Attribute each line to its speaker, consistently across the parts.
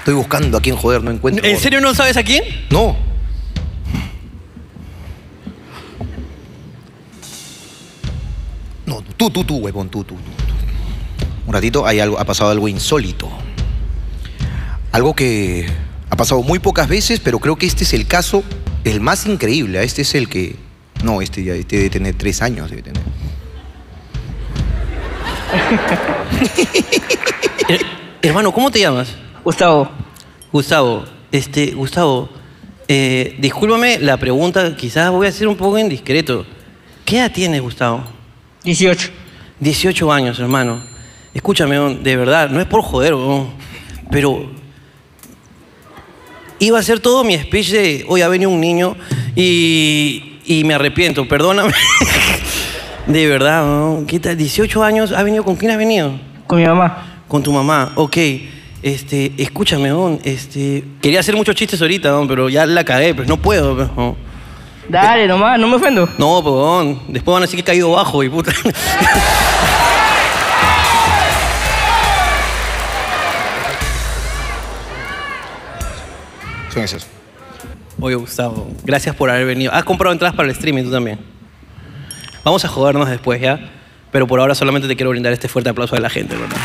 Speaker 1: Estoy buscando a quién joder, no encuentro.
Speaker 2: ¿En serio no sabes a quién?
Speaker 1: No. No, tú, tú, tú, huevón, tú, tú, tú. Un ratito, hay algo, ha pasado algo insólito. Algo que ha pasado muy pocas veces, pero creo que este es el caso, el más increíble. Este es el que. No, este ya este debe tener tres años, debe tener.
Speaker 2: Her- hermano, ¿cómo te llamas?
Speaker 3: Gustavo,
Speaker 2: Gustavo. Este, Gustavo, eh, discúlpame la pregunta, quizás voy a ser un poco indiscreto. ¿Qué edad tienes, Gustavo?
Speaker 3: 18.
Speaker 2: 18 años, hermano. Escúchame, weón, de verdad, no es por joder, weón, pero iba a ser todo mi speech de hoy ha venido un niño y, y me arrepiento, perdóname. de verdad, weón, ¿qué tal? 18 años, ¿ha venido con quién has venido?
Speaker 3: Con mi mamá.
Speaker 2: Con tu mamá, ok. Este, escúchame, weón, este, quería hacer muchos chistes ahorita, weón, pero ya la cagué, pero no puedo. pues, weón.
Speaker 3: Dale nomás, no me ofendo.
Speaker 2: No, pues, weón, después van a decir que he caído bajo y puta.
Speaker 1: Son esos.
Speaker 2: Oye, Gustavo, gracias por haber venido. Has comprado entradas para el streaming, tú también. Vamos a jodernos después, ¿ya? Pero por ahora solamente te quiero brindar este fuerte aplauso de la gente, ¿verdad?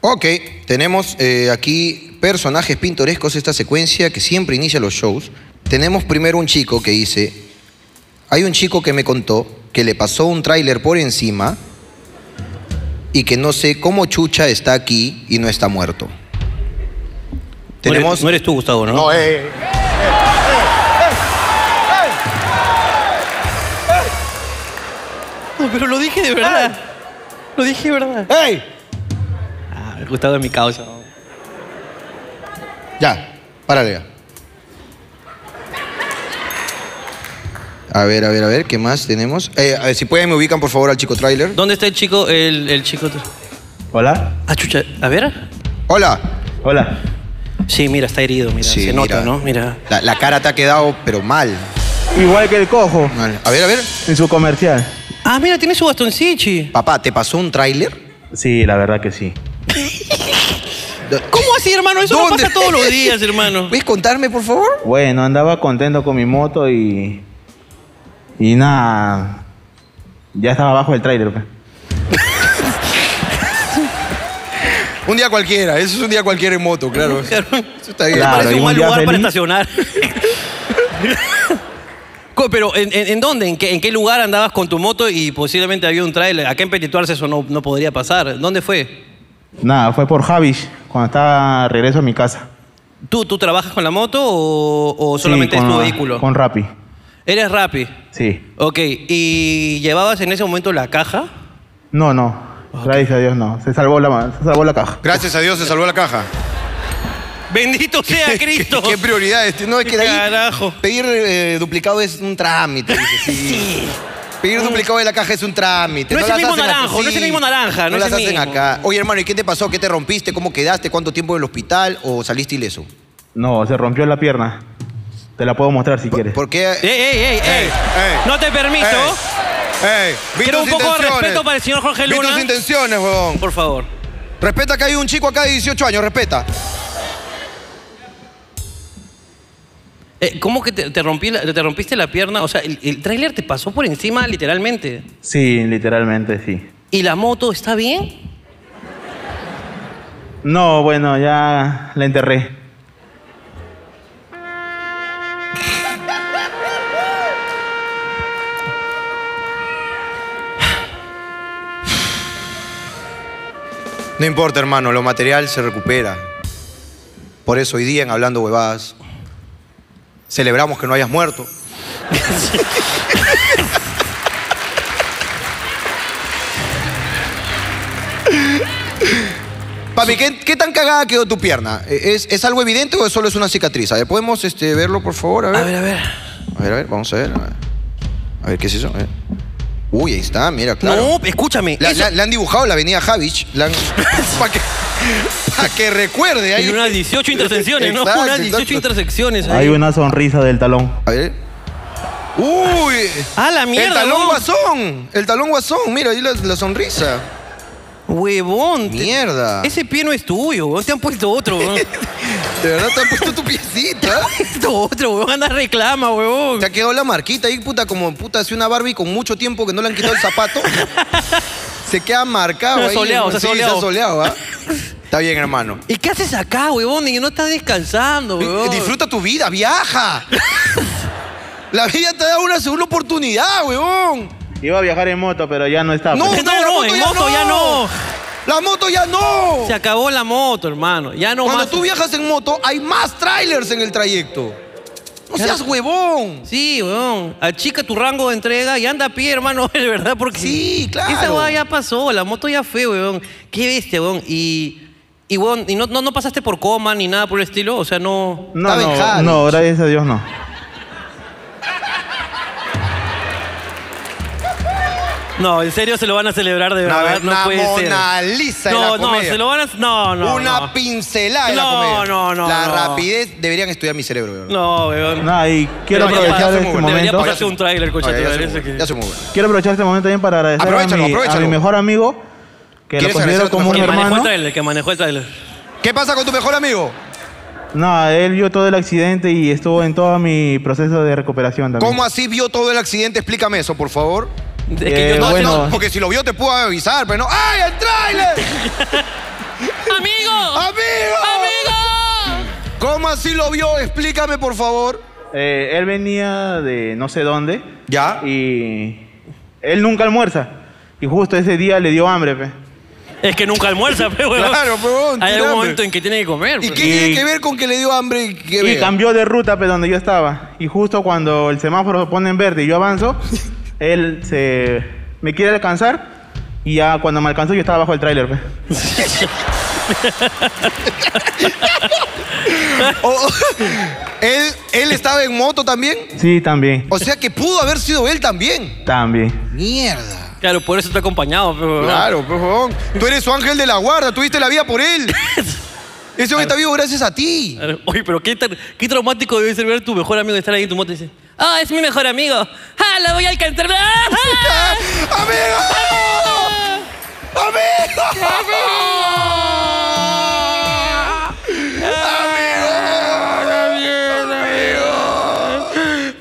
Speaker 1: Ok, tenemos eh, aquí personajes pintorescos, esta secuencia que siempre inicia los shows. Tenemos primero un chico que dice, hay un chico que me contó que le pasó un tráiler por encima y que no sé cómo Chucha está aquí y no está muerto.
Speaker 2: No eres, no eres tú, Gustavo, ¿no?
Speaker 4: No, eh, eh.
Speaker 2: No, pero lo dije de verdad. Lo dije de verdad.
Speaker 4: ¡Ey!
Speaker 2: Ah, Gustavo es mi causa. ¿no?
Speaker 1: Ya, párale. ya. A ver, a ver, a ver, ¿qué más tenemos? Eh, a ver, si pueden, me ubican por favor al chico tráiler.
Speaker 2: ¿Dónde está el chico? El, el chico.
Speaker 5: Hola.
Speaker 2: Ah, chucha. A ver.
Speaker 1: Hola.
Speaker 5: Hola.
Speaker 2: Sí, mira, está herido, mira.
Speaker 1: Sí,
Speaker 2: Se nota,
Speaker 1: mira.
Speaker 2: ¿no? Mira.
Speaker 1: La, la cara te ha quedado, pero mal,
Speaker 5: Igual que el cojo
Speaker 1: mal. A ver, a ver.
Speaker 5: en su comercial.
Speaker 2: Ah, mira, tiene su bastoncichi.
Speaker 1: Papá, ¿te pasó un tráiler?
Speaker 5: Sí, la verdad que sí.
Speaker 2: ¿Cómo así, hermano? Eso no
Speaker 1: ¿Dónde?
Speaker 2: pasa todos los días, hermano.
Speaker 1: ¿Puedes contarme, por favor?
Speaker 5: Bueno, andaba contento con mi moto y. Y nada. Ya estaba abajo del tráiler. pues. pe.
Speaker 1: Un día cualquiera, eso es un día cualquiera en moto, claro. Eso está bien.
Speaker 5: Claro,
Speaker 2: parece
Speaker 5: y
Speaker 2: un
Speaker 5: un
Speaker 2: mal
Speaker 5: día
Speaker 2: lugar para
Speaker 5: feliz.
Speaker 2: estacionar. Co- Pero, ¿en, en- en dónde? ¿En qué, en qué lugar andabas con tu moto y posiblemente había un trailer? Acá en Petituarse eso no, no podría pasar. ¿Dónde fue?
Speaker 5: Nada, fue por Javish cuando estaba regreso a mi casa.
Speaker 2: ¿Tú, tú trabajas con la moto o, o
Speaker 5: Sí,
Speaker 2: solamente
Speaker 5: con-
Speaker 2: es tu vehículo?
Speaker 5: Con Rappi.
Speaker 2: Eres Rappi.
Speaker 5: Sí.
Speaker 2: Ok, ¿y llevabas en ese momento la caja?
Speaker 5: No, no. Gracias a Dios, no. Se salvó la, ma- se salvó la caja.
Speaker 4: Gracias a Dios se salvó la caja.
Speaker 2: ¡Bendito sea Cristo!
Speaker 1: ¿Qué prioridades? No, es que de ahí
Speaker 2: Carajo.
Speaker 1: pedir eh, duplicado es un trámite. dice, sí. Pedir duplicado de la caja es un trámite.
Speaker 2: Mm. No es el
Speaker 1: las
Speaker 2: mismo
Speaker 1: hacen
Speaker 2: naranjo, no es el mismo naranja, no es
Speaker 1: las
Speaker 2: el
Speaker 1: hacen
Speaker 2: mismo.
Speaker 1: acá. Oye, hermano, ¿y qué te pasó? ¿Qué te rompiste? ¿Cómo quedaste? ¿Cuánto tiempo en el hospital? ¿O saliste ileso?
Speaker 5: No, se rompió la pierna. Te la puedo mostrar si quieres.
Speaker 1: ¿Por qué?
Speaker 2: ¡Ey, ey, ey, ey!
Speaker 4: ey.
Speaker 2: No te permito,
Speaker 4: ¡Ey! vi
Speaker 2: Quiero
Speaker 4: tus
Speaker 2: un poco de
Speaker 4: intenciones.
Speaker 2: respeto para el señor Jorge
Speaker 4: Vi
Speaker 2: Luna.
Speaker 4: tus intenciones, huevón.
Speaker 2: por favor.
Speaker 1: Respeta que hay un chico acá de 18 años, respeta.
Speaker 2: Eh, ¿Cómo que te, te rompí la- te rompiste la pierna? O sea, el, el tráiler te pasó por encima literalmente.
Speaker 5: Sí, literalmente, sí.
Speaker 2: ¿Y la moto está bien?
Speaker 5: No, bueno, ya la enterré.
Speaker 1: No importa, hermano, lo material se recupera. Por eso hoy día en Hablando Huevadas celebramos que no hayas muerto. Papi, ¿qué, qué tan cagada quedó tu pierna? ¿E-, ¿Es, es algo evidente o solo es una cicatriz? A ver, ¿podemos este, verlo, por favor? A ver.
Speaker 2: A ver, a ver.
Speaker 1: A ver, a ver, vamos a ver. A ver, A ver, ¿qué es eso? A ver. Uy, ahí está, mira, claro.
Speaker 2: No, escúchame.
Speaker 1: La-
Speaker 2: eso-
Speaker 1: la- le han dibujado la avenida Javich. Para que, pa' que recuerde. Ahí.
Speaker 2: Hay unas 18 intersecciones, ¿no?
Speaker 1: Exacto,
Speaker 2: Unas 18
Speaker 1: exacto.
Speaker 2: intersecciones ahí.
Speaker 5: Hay una sonrisa del talón.
Speaker 1: A ver. ¡Uy!
Speaker 2: ¡Ah, la mierda,
Speaker 1: ¡El talón
Speaker 2: no!
Speaker 1: guasón! ¡El talón guasón! Mira, ahí la, la sonrisa.
Speaker 2: Huevón. te-
Speaker 1: ¡Mierda!
Speaker 2: Ese pie no es tuyo, huevón. Te han puesto otro, huevón.
Speaker 1: De verdad te han puesto tu piecita.
Speaker 2: Esto otro, huevón. Anda, reclama, huevón.
Speaker 1: Te ha quedado la marquita ahí, puta, como puta, así una Barbie con mucho tiempo que no le han quitado el zapato. se queda marcado
Speaker 2: No,
Speaker 1: ahí.
Speaker 2: soleado,
Speaker 1: sí,
Speaker 2: está soleado.
Speaker 1: Está soleado, ¿ah? Está bien, hermano.
Speaker 2: ¿Y qué haces acá, huevón? Y no estás descansando, huevón.
Speaker 1: Disfruta tu vida, viaja. la vida te da una segunda oportunidad, weón.
Speaker 5: Iba a viajar en moto, pero ya no está.
Speaker 2: No,
Speaker 5: pues.
Speaker 1: la
Speaker 2: no, en moto ya no.
Speaker 1: La moto ya no.
Speaker 2: Se acabó la moto, hermano. Ya no
Speaker 1: Cuando
Speaker 2: más.
Speaker 1: tú viajas en moto, hay más trailers en el trayecto. No
Speaker 2: Claro.
Speaker 1: seas huevón.
Speaker 2: Sí, weón. Achica tu rango de entrega y anda a pie, hermano, de verdad, porque.
Speaker 1: Sí, claro.
Speaker 2: Esa weá ya pasó, la moto ya fue, weón. Qué bestia, weón. Y. Y, weón, y no, no, no pasaste por coma ni nada por el estilo, o sea, no.
Speaker 5: No,
Speaker 1: Estaba en
Speaker 5: no,
Speaker 1: Harrods.
Speaker 5: no, gracias a Dios no.
Speaker 2: No, en serio se lo van a celebrar de
Speaker 1: Una
Speaker 2: verdad.
Speaker 1: ver-
Speaker 2: no
Speaker 1: una
Speaker 2: puede ser.
Speaker 1: Mona Lisa de
Speaker 2: No,
Speaker 1: la
Speaker 2: no,
Speaker 1: comedia.
Speaker 2: se lo van a. No, no.
Speaker 1: una
Speaker 2: no.
Speaker 1: pincelada en la
Speaker 2: No,
Speaker 1: comedia.
Speaker 2: no, no,
Speaker 1: La
Speaker 2: no.
Speaker 1: rapidez deberían estudiar mi cerebro, weón.
Speaker 2: No, weón.
Speaker 5: No, y quiero
Speaker 2: Pero ya
Speaker 5: aprovechar
Speaker 2: pasó
Speaker 5: este
Speaker 2: muy- debería
Speaker 5: momento.
Speaker 2: pasar- Pásate un tráiler, coche,
Speaker 1: Oye,
Speaker 2: te
Speaker 1: ya se
Speaker 2: parece
Speaker 1: mueve,
Speaker 2: que-
Speaker 1: Ya se mueve.
Speaker 5: Quiero aprovechar este momento también para agradecer a,
Speaker 1: Aprovechalo,
Speaker 5: mi, a
Speaker 1: aprovechalo.
Speaker 5: mi mejor amigo, que lo
Speaker 1: ¿Quieres agradecer a
Speaker 5: considero
Speaker 1: tu
Speaker 5: como un
Speaker 2: que
Speaker 1: mejor
Speaker 2: manejó el
Speaker 5: hermano.
Speaker 2: trailer, que manejó el trailer.
Speaker 1: ¿Qué pasa con tu mejor amigo?
Speaker 5: No, él vio todo el accidente y estuvo en todo mi proceso de recuperación también.
Speaker 1: ¿Cómo así vio todo el accidente? Explícame eso, por favor.
Speaker 2: Es
Speaker 5: Eh,
Speaker 2: que yo no,
Speaker 5: bueno.
Speaker 1: No, porque si lo vio te puedo avisar, pero no. ¡Ay, el tráiler!
Speaker 2: ¡Amigo!
Speaker 1: ¡Amigo!
Speaker 2: ¡Amigo!
Speaker 1: ¿Cómo así lo vio? Explícame, por favor.
Speaker 5: Eh, él venía de no sé dónde
Speaker 1: Ya.
Speaker 5: y él nunca almuerza. Y justo ese día le dio hambre, pe.
Speaker 2: Es que nunca almuerza, pero weón.
Speaker 1: Claro,
Speaker 2: Hay
Speaker 1: weón, tiene
Speaker 2: algún
Speaker 1: hambre.
Speaker 2: momento en que tiene que comer.
Speaker 1: ¿Y
Speaker 2: pues.
Speaker 1: qué tiene que ver con que le dio hambre y que
Speaker 5: Y
Speaker 1: vea?
Speaker 5: cambió de ruta, pe, donde yo estaba. Y justo cuando el semáforo se pone en verde y yo avanzo, él se me quiere alcanzar y ya cuando me alcanzó yo estaba bajo el tráiler, pues. pe.
Speaker 1: O- ¿Él, ¿Él estaba en moto también?
Speaker 5: Sí, también.
Speaker 1: O sea que pudo haber sido él también.
Speaker 5: También.
Speaker 1: Mierda.
Speaker 2: Claro, por eso está acompañado, pero weón.
Speaker 1: Claro, por favor. Tú eres su ángel de la guarda, tuviste la vida por él. Ese hombre está vivo gracias a ti.
Speaker 2: Claro. Oye, pero qué, tan- qué traumático debe ser ver a tu mejor amigo estar ahí en tu moto y decir, ¡Ah, es mi mejor amigo! ¡Ah, la voy a alcanzar! ¡Ah!
Speaker 1: ¡Ah! ¡Amigo! ¡Amigo!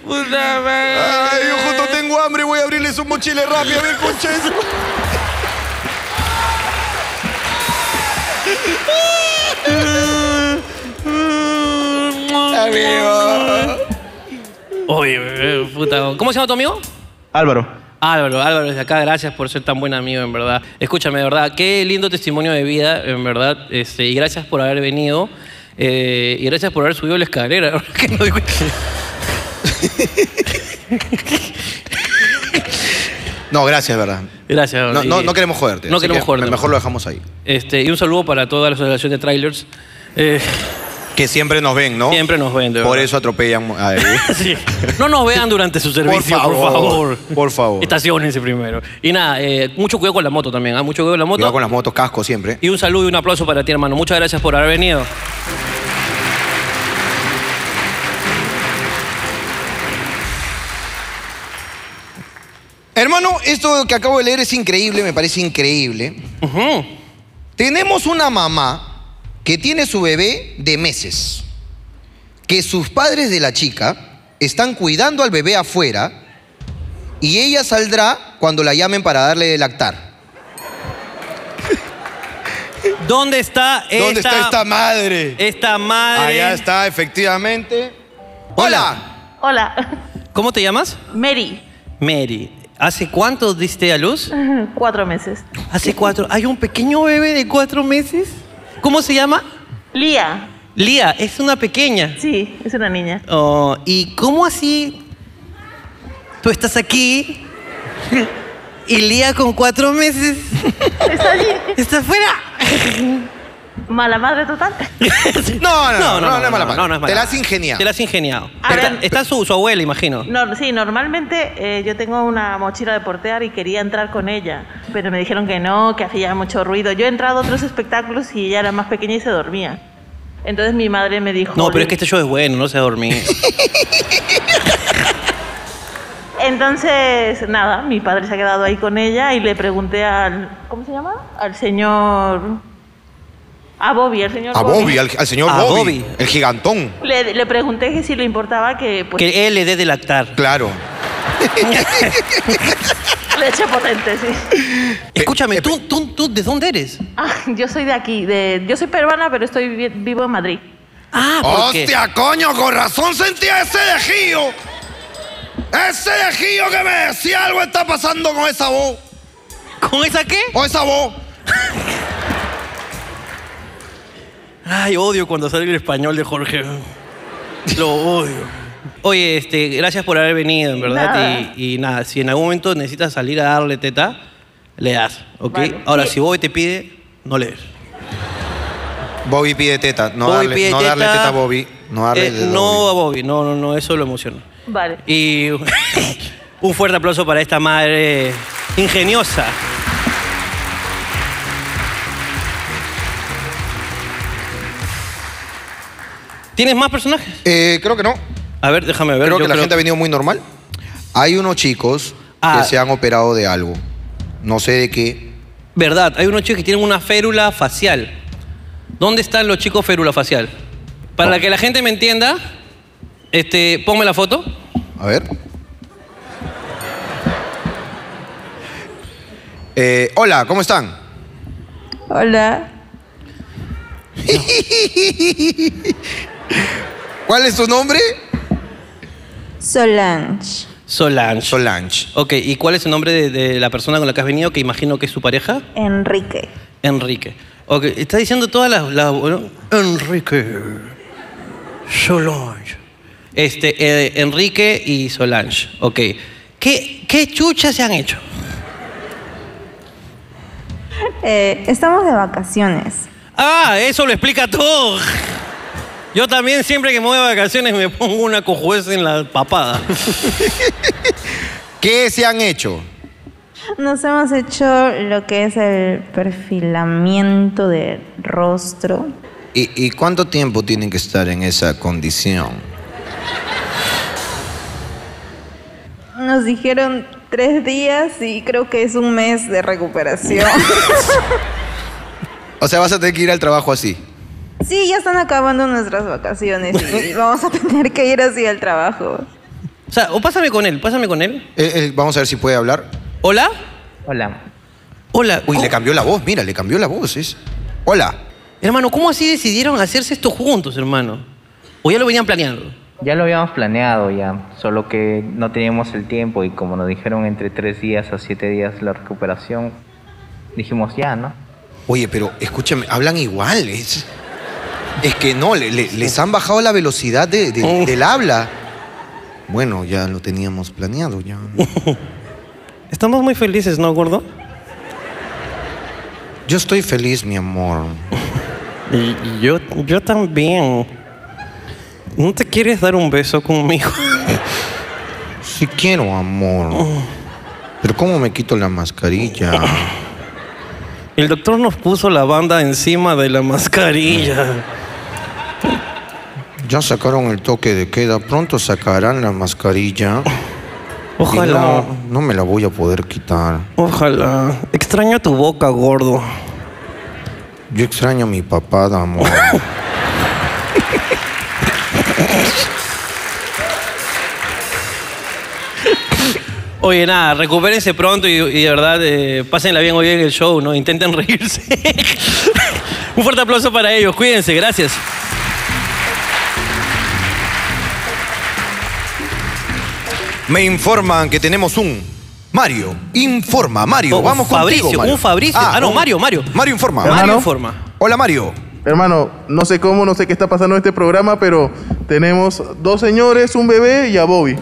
Speaker 2: ¡Puta madre!
Speaker 1: Ay, yo justo tengo hambre, voy a abrirle su mochila rápido, a ver, concha de su- Amigo.
Speaker 2: Oye, weón, puta. weón. ¿Cómo se llama tu amigo?
Speaker 5: Álvaro,
Speaker 2: Álvaro, Álvaro, desde acá, gracias por ser tan buen amigo, en verdad. Escúchame, de verdad, qué lindo testimonio de vida, en verdad. Este, y gracias por haber venido. eh, y gracias por haber subido la escalera. que no digo-
Speaker 1: No, gracias, verdad.
Speaker 2: gracias.
Speaker 1: No, no,
Speaker 2: y-
Speaker 1: no queremos joderte.
Speaker 2: No
Speaker 1: así
Speaker 2: queremos
Speaker 1: que
Speaker 2: joderte.
Speaker 1: Mejor lo dejamos ahí.
Speaker 2: Este, y un saludo para toda la asociación de trailers. Eh,
Speaker 1: Que siempre nos ven, ¿no?
Speaker 2: Siempre nos ven, de
Speaker 1: Por
Speaker 2: verdad.
Speaker 1: eso atropellan. a él.
Speaker 2: sí. No nos vean durante su servicio, por
Speaker 1: favor,
Speaker 2: favor.
Speaker 1: por favor.
Speaker 2: Estaciónense primero. Y nada, eh, mucho cuidado con la moto también. ah, Mucho cuidado con la moto.
Speaker 1: Cuidado con las motos, casco siempre.
Speaker 2: Y un saludo y un aplauso para ti, hermano. Muchas gracias por haber venido.
Speaker 1: Hermano, esto que acabo de leer es increíble, me parece increíble.
Speaker 2: Ujú.
Speaker 1: Tenemos una mamá que tiene su bebé de meses, que sus padres de la chica están cuidando al bebé afuera y ella saldrá cuando la llamen para darle de lactar.
Speaker 2: ¿Dónde está Ah, esta,
Speaker 4: ¿Dónde está esta madre?
Speaker 2: esta madre?
Speaker 4: Allá está, efectivamente.
Speaker 1: ¡Hola!
Speaker 6: Hola,
Speaker 2: ¿Cómo te llamas?
Speaker 6: Mary.
Speaker 2: Mary. ¿Hace cuánto diste a luz?
Speaker 6: Cuatro meses.
Speaker 2: Hace cuatro. Hay un pequeño bebé de cuatro meses. ¿Cómo se llama?
Speaker 6: Lía.
Speaker 2: Lía, es una pequeña.
Speaker 6: Sí, es una niña.
Speaker 2: Oh, ¿Y cómo así? Tú estás aquí y Lía con cuatro meses
Speaker 6: Está allí.
Speaker 2: está afuera.
Speaker 6: Mala madre total.
Speaker 1: No, no, no, no, no es mala madre.
Speaker 2: no es
Speaker 1: Te la has ingeniado.
Speaker 2: Te la has ingeniado.
Speaker 6: A
Speaker 2: Está,
Speaker 6: ver.
Speaker 2: está su, su abuela, imagino.
Speaker 6: No, sí, normalmente eh, yo tengo una mochila de portear y quería entrar con ella, pero me dijeron que no, que hacía mucho ruido. Yo he entrado a otros espectáculos y ella era más pequeña y se dormía. Entonces mi madre me dijo...
Speaker 2: No, pero es que este show es bueno, no se dormir.
Speaker 6: Entonces, nada, mi padre se ha quedado ahí con ella y le pregunté al. ¿Cómo se llama? Al señor. A Bobby, al señor.
Speaker 4: A Bobby, al, al señor
Speaker 2: A
Speaker 4: Bobby,
Speaker 2: Bobby.
Speaker 4: El gigantón.
Speaker 6: Le, le pregunté que si le importaba que. Pues,
Speaker 2: Que él le dé de lactar.
Speaker 4: Claro.
Speaker 6: leche potente, sí.
Speaker 2: Escúchame, ¿tú, tú, tú de dónde eres?
Speaker 6: Ah, yo soy de aquí, de, yo soy peruana, pero estoy vi- vivo en Madrid.
Speaker 2: Ah, porque...
Speaker 4: ¡Hostia, coño! Con razón sentía ese dejío. Ese dejío que me decía algo está pasando con esa voz.
Speaker 2: ¿Con esa qué?
Speaker 4: Con esa voz.
Speaker 2: Ay, odio cuando sale el español de Jorge. Lo odio. Oye, este, gracias por haber venido, en verdad.
Speaker 6: Nada.
Speaker 2: Y, y nada, si en algún momento necesitas salir a darle teta, le das, ¿ok?
Speaker 6: Vale.
Speaker 2: Ahora,
Speaker 6: Sí.
Speaker 2: si Bobby te pide, no le des.
Speaker 1: Bobby pide teta. No,
Speaker 2: Bobby
Speaker 1: darle,
Speaker 2: pide
Speaker 1: no darle teta a Bobby. No darle
Speaker 2: Eh,
Speaker 1: teta a
Speaker 2: no a
Speaker 1: Bobby.
Speaker 2: Bobby, no, no, no, eso lo emociona.
Speaker 6: Vale.
Speaker 2: Y un fuerte aplauso para esta madre ingeniosa.
Speaker 1: Eh.
Speaker 2: ¿Tienes más personajes?
Speaker 1: Eh, creo que no.
Speaker 2: A ver, déjame ver.
Speaker 1: creo
Speaker 2: yo
Speaker 1: que la gente ha venido muy normal. Hay unos chicos
Speaker 2: Ah.
Speaker 1: que se han operado de algo. No sé de qué.
Speaker 2: Verdad, hay unos chicos que tienen una férula facial. ¿Dónde están los chicos férula facial? Para que la gente me entienda, este, ponme la foto.
Speaker 1: A ver. Eh, hola, ¿cómo están?
Speaker 7: Hola,
Speaker 1: ¿Cuál es tu nombre?
Speaker 7: Solange.
Speaker 2: Solange.
Speaker 1: Solange.
Speaker 2: Ok, ¿y cuál es el nombre de, de la persona con la que has venido, que imagino que es su pareja?
Speaker 7: Enrique.
Speaker 2: Enrique. Ok, está diciendo todas las... las- bueno, Enrique. Solange. Este, eh, Enrique y Solange. Ok. ¿Qué, ¿Qué chuchas se han hecho?
Speaker 7: Eh, estamos de vacaciones.
Speaker 2: Ah, eso lo explica todo. Yo también siempre que me voy de vacaciones me pongo una cojuez en la papada.
Speaker 1: ¿Qué se han hecho?
Speaker 7: Nos hemos hecho lo que es el perfilamiento de rostro.
Speaker 1: ¿Y, y cuánto tiempo tienen que estar en esa condición?
Speaker 7: Nos dijeron tres días y creo que es un mes de recuperación.
Speaker 1: O sea, vas a tener que ir al trabajo así.
Speaker 7: sí, ya están acabando nuestras vacaciones y vamos a tener que ir así al trabajo.
Speaker 2: O sea, o pásame con él, pásame con él.
Speaker 1: Eh, eh, vamos a ver si puede hablar.
Speaker 2: ¿Hola?
Speaker 3: Hola.
Speaker 2: Hola.
Speaker 1: Uy,
Speaker 2: ¿Cómo-
Speaker 1: le cambió la voz, mira, le cambió la voz. Es... Hola.
Speaker 2: Hermano, ¿cómo así decidieron hacerse esto juntos, hermano? ¿O ya lo venían planeando?
Speaker 8: Ya lo habíamos planeado ya, solo que no teníamos el tiempo y como nos dijeron entre 3 días a 7 días la recuperación, dijimos ya, ¿no?
Speaker 1: Oye, pero escúchame, hablan igual. Es, es que no, le- le- les han bajado la velocidad de- de- del habla. Bueno, ya lo teníamos planeado, ya.
Speaker 2: Estamos muy felices, ¿no, gordo?
Speaker 1: Yo estoy feliz, mi amor.
Speaker 2: Yo, yo también. ¿No te quieres dar un beso conmigo?
Speaker 1: Sí quiero, amor. Pero ¿cómo me quito la mascarilla?
Speaker 2: El doctor nos puso la banda encima de la mascarilla.
Speaker 1: Ya sacaron el toque de queda, pronto sacarán la mascarilla. y
Speaker 2: Ojalá.
Speaker 1: No, no me la voy a poder quitar.
Speaker 2: Ojalá. Extraño tu boca, gordo.
Speaker 1: Yo extraño a mi papá, amor.
Speaker 2: Oye, nada, recupérense pronto y, y de verdad, eh, pásenla bien hoy en el show, ¿no? Intenten reírse. Un fuerte aplauso para ellos. Cuídense, gracias.
Speaker 1: me informan que tenemos un Mario. Informa, Mario.
Speaker 2: Oh,
Speaker 1: Vamos
Speaker 2: Fabricio,
Speaker 1: contigo, Mario.
Speaker 2: un Fabricio. Ah, no,
Speaker 1: un-
Speaker 2: Mario, Mario.
Speaker 1: Mario informa.
Speaker 5: Hermano.
Speaker 2: Mario informa.
Speaker 1: Hola, Mario.
Speaker 5: Hermano, no sé cómo, no sé qué está pasando en este programa, pero tenemos dos señores, un bebé y a Bobby.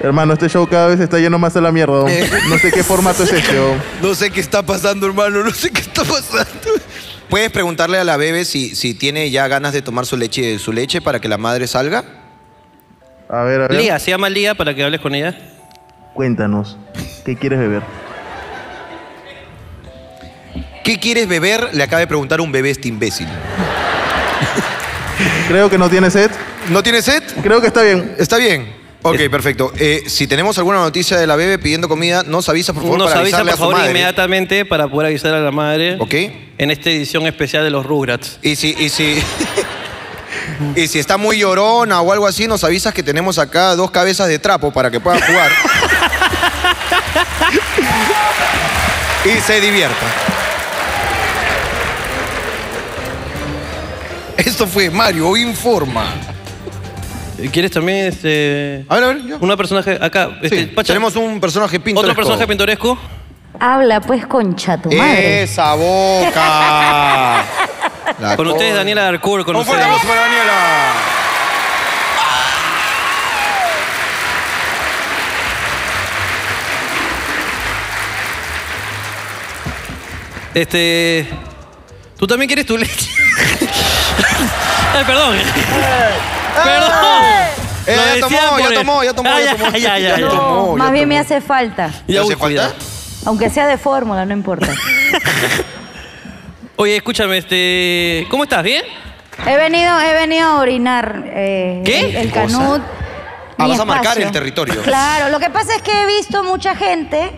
Speaker 5: Hermano, este show cada vez está lleno más a la mierda. don.
Speaker 1: Eh,
Speaker 5: No sé qué formato es este. don.
Speaker 4: No sé qué está pasando, hermano. No sé qué está pasando.
Speaker 1: ¿Puedes preguntarle a la bebé si, si tiene ya ganas de tomar su leche, su leche para que la madre salga?
Speaker 5: A ver, a ver.
Speaker 2: Lía, se llama Lía para que hables con ella.
Speaker 5: Cuéntanos, ¿qué quieres beber?
Speaker 1: ¿Qué quieres beber? Le acaba de preguntar un bebé este imbécil.
Speaker 5: Creo que no tiene sed.
Speaker 1: ¿No tiene sed?
Speaker 5: Creo que está bien.
Speaker 1: Está bien. Ok, perfecto. Eh, si tenemos alguna noticia de la bebé pidiendo comida, nos avisa, por favor,
Speaker 2: Nos
Speaker 1: para
Speaker 2: avisa,
Speaker 1: avisarle
Speaker 2: por
Speaker 1: a su
Speaker 2: favor,
Speaker 1: madre.
Speaker 2: inmediatamente para poder avisar a la madre
Speaker 1: Ok.
Speaker 2: en esta edición especial de los Rugrats.
Speaker 1: Y si, y si, y si está muy llorona o algo así, nos avisas que tenemos acá dos cabezas de trapo para que pueda jugar. y se divierta. Esto fue Mario Informa.
Speaker 2: ¿Quieres también este,
Speaker 1: A ver, a ver, yo.
Speaker 2: una personaje acá?
Speaker 1: Sí,
Speaker 2: Este, Pacha,
Speaker 1: tenemos un personaje pintoresco.
Speaker 2: otro personaje pintoresco.
Speaker 9: Habla pues concha tu madre.
Speaker 1: ¡Esa boca! La
Speaker 2: Con ustedes,
Speaker 1: cosa.
Speaker 2: Daniela Darcourt. Con
Speaker 1: Un fuerte
Speaker 2: ustedes.
Speaker 1: aplauso para Daniela.
Speaker 2: Este. ¿Tú también quieres tu leche? Ay, perdón. perdón.
Speaker 1: Eh,
Speaker 2: Lo
Speaker 1: ya
Speaker 2: decían
Speaker 1: tomó, ya
Speaker 2: por el-
Speaker 1: tomó, ya tomó,
Speaker 2: Ah,
Speaker 1: ya tomó.
Speaker 2: Ya, ya, ya.
Speaker 1: Ya
Speaker 2: ya.
Speaker 1: tomó. No,
Speaker 9: Más
Speaker 1: ya
Speaker 9: bien
Speaker 1: tomó.
Speaker 9: me hace falta.
Speaker 1: ¿Te
Speaker 2: Ya,
Speaker 1: hace
Speaker 2: uy,
Speaker 1: falta?
Speaker 2: cuidado.
Speaker 9: Aunque sea de fórmula, no importa.
Speaker 2: Oye, escúchame, este. ¿Cómo estás? ¿Bien?
Speaker 9: He venido, he venido a orinar eh,
Speaker 2: ¿Qué?
Speaker 9: el, el
Speaker 1: Qué cosa.
Speaker 9: canut.
Speaker 1: Ah,
Speaker 9: mi
Speaker 1: vas a marcar
Speaker 9: espacio.
Speaker 1: el territorio.
Speaker 9: Claro, lo que pasa es que he visto mucha gente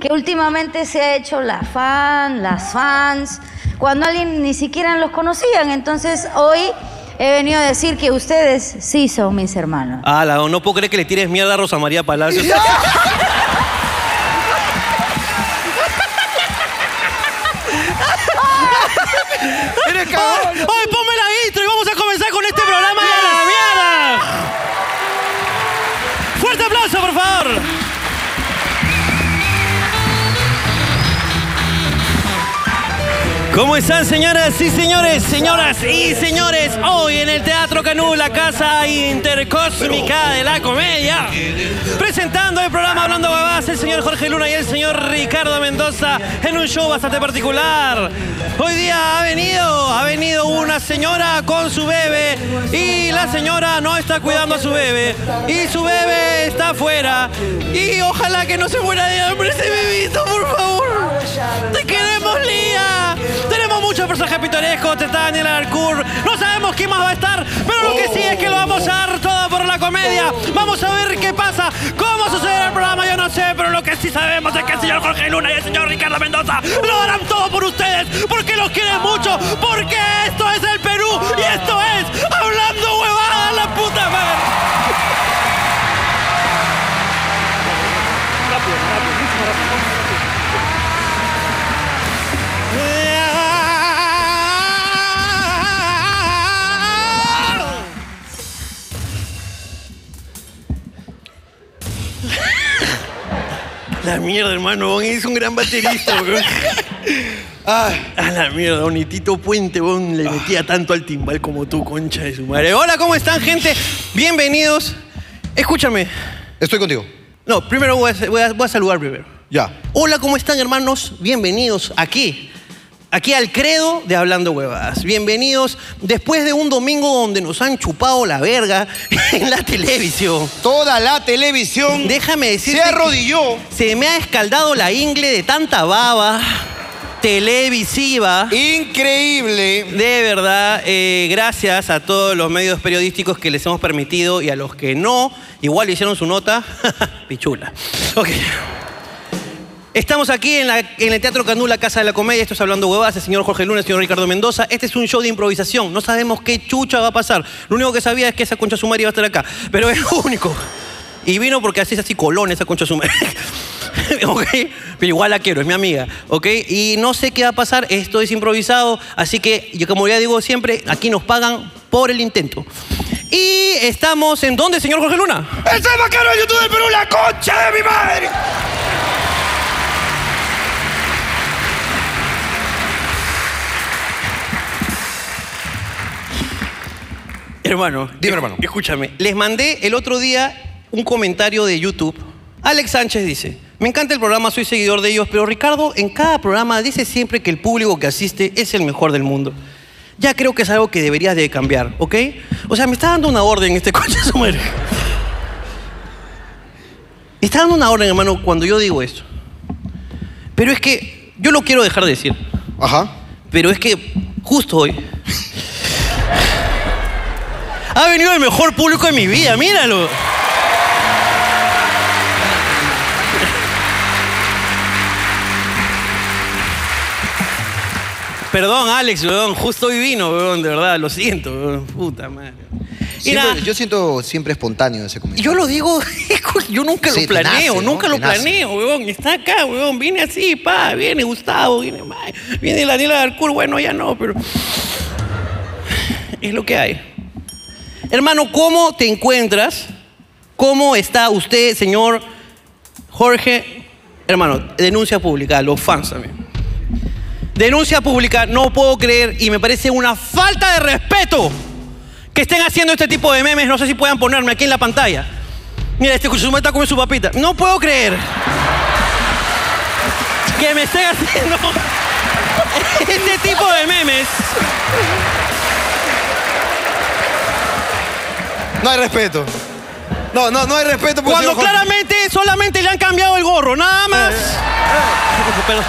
Speaker 9: que últimamente se ha hecho la fan, las fans, cuando alguien ni siquiera los conocían. Entonces hoy he venido a decir que ustedes sí son mis hermanos.
Speaker 2: Ah, la, no puedo creer que le tires mierda a Rosa María Palacios. ¡Eres cagón! ¡Ay, ponme la intro y vamos a comenzar con este programa de la mierda! ¡Fuerte aplauso, por favor! ¿Cómo están, señoras y señores, señoras y señores? Hoy en el Teatro Canú, la casa intercósmica de la comedia, presentando el programa Hablando Babás, el señor Jorge Luna y el señor Ricardo Mendoza en un show bastante particular. Hoy día ha venido, ha venido una señora con su bebé y la señora no está cuidando a su bebé y su bebé está afuera y ojalá que no se muera de hambre ese bebito, por favor. ¡Te queremos, Lía! Tenemos muchos personajes pintorescos, te está Daniel Arcour. No sabemos quién más va a estar, pero lo que sí es que lo vamos a dar todo por la comedia. Vamos a ver qué pasa, cómo sucederá el programa, yo no sé, pero lo que sí sabemos es que el señor Jorge Luna y el señor Ricardo Mendoza lo harán todo por ustedes, porque los quieren mucho, porque esto es el Perú y esto es Hablando Huevada, la puta madre. La mierda, hermano, Bon es un gran baterista, weón. Ah, a la mierda, Bonitito Puente, Bon le metía tanto al timbal como tú, concha de su madre. Hola, ¿cómo están, gente? Bienvenidos. Escúchame.
Speaker 1: Estoy contigo.
Speaker 2: No, primero voy a- voy a- voy a saludar primero.
Speaker 1: Ya.
Speaker 2: Hola, ¿cómo están hermanos? Bienvenidos aquí. Aquí al credo de Hablando Huevadas. Bienvenidos después de un domingo donde nos han chupado la verga en la televisión.
Speaker 1: Toda la televisión
Speaker 2: Déjame decirte
Speaker 1: se arrodilló
Speaker 2: que Se me ha escaldado la ingle de tanta baba televisiva.
Speaker 1: Increíble.
Speaker 2: De verdad, eh, gracias a todos los medios periodísticos que les hemos permitido y a los que no, igual hicieron su nota, pichula. Ok. Estamos aquí en, la- en el Teatro Canú, la Casa de la Comedia. Esto es Hablando Huevas, el señor Jorge Luna, el señor Ricardo Mendoza. Este es un show de improvisación. No sabemos qué chucha va a pasar. Lo único que sabía es que esa concha sumaria iba a estar acá. Pero es lo único. Y vino porque así es así colón esa concha sumaria. ¿ok? Pero igual la quiero, es mi amiga, ¿ok? Y no sé qué va a pasar, esto es improvisado, así que, yo, como ya digo siempre, aquí nos pagan por el intento. Y estamos en dónde, señor Jorge Luna?
Speaker 4: ¡Ese es más caro de YouTube del Perú, la concha de mi madre!
Speaker 2: Hermano.
Speaker 1: Dime, hermano.
Speaker 2: Escúchame, les mandé el otro día un comentario de YouTube. Alex Sánchez dice, me encanta el programa, soy seguidor de ellos, pero Ricardo en cada programa dice siempre que el público que asiste es el mejor del mundo. Ya creo que es algo que deberías de cambiar, ¿ok? O sea, me está dando una orden este coche su madre. Está dando una orden, hermano, cuando yo digo esto. Pero es que yo lo quiero dejar de decir.
Speaker 1: Ajá.
Speaker 2: Pero es que justo hoy ha venido el mejor público de mi vida, míralo. Perdón, Alex, weón, justo hoy vino, weón, de verdad, lo siento, weón, puta madre. Y
Speaker 1: Siempre-
Speaker 2: nada,
Speaker 1: yo siento siempre espontáneo ese comentario.
Speaker 2: yo lo digo, yo nunca lo
Speaker 1: Sí, te
Speaker 2: planeo,
Speaker 1: nace, ¿no?
Speaker 2: nunca
Speaker 1: Te
Speaker 2: lo
Speaker 1: nace.
Speaker 2: planeo, weón. Está acá, weón. Viene así, pa, viene Gustavo, viene ma, viene la Daniela Darcourt, bueno, ya no, pero. Es lo que hay. Hermano, ¿cómo te encuentras? ¿Cómo está usted, señor Jorge? Hermano, denuncia pública, los fans también. Denuncia pública, no puedo creer y me parece una falta de respeto que estén haciendo este tipo de memes. No sé si puedan ponerme aquí en la pantalla. Mira, este Kusuma está comiendo su papita. No puedo creer que me estén haciendo este tipo de memes.
Speaker 1: No hay respeto. No, no, no hay respeto. por
Speaker 2: Cuando
Speaker 1: señor Jorge.
Speaker 2: claramente solamente le han cambiado el gorro, nada más. Perdón.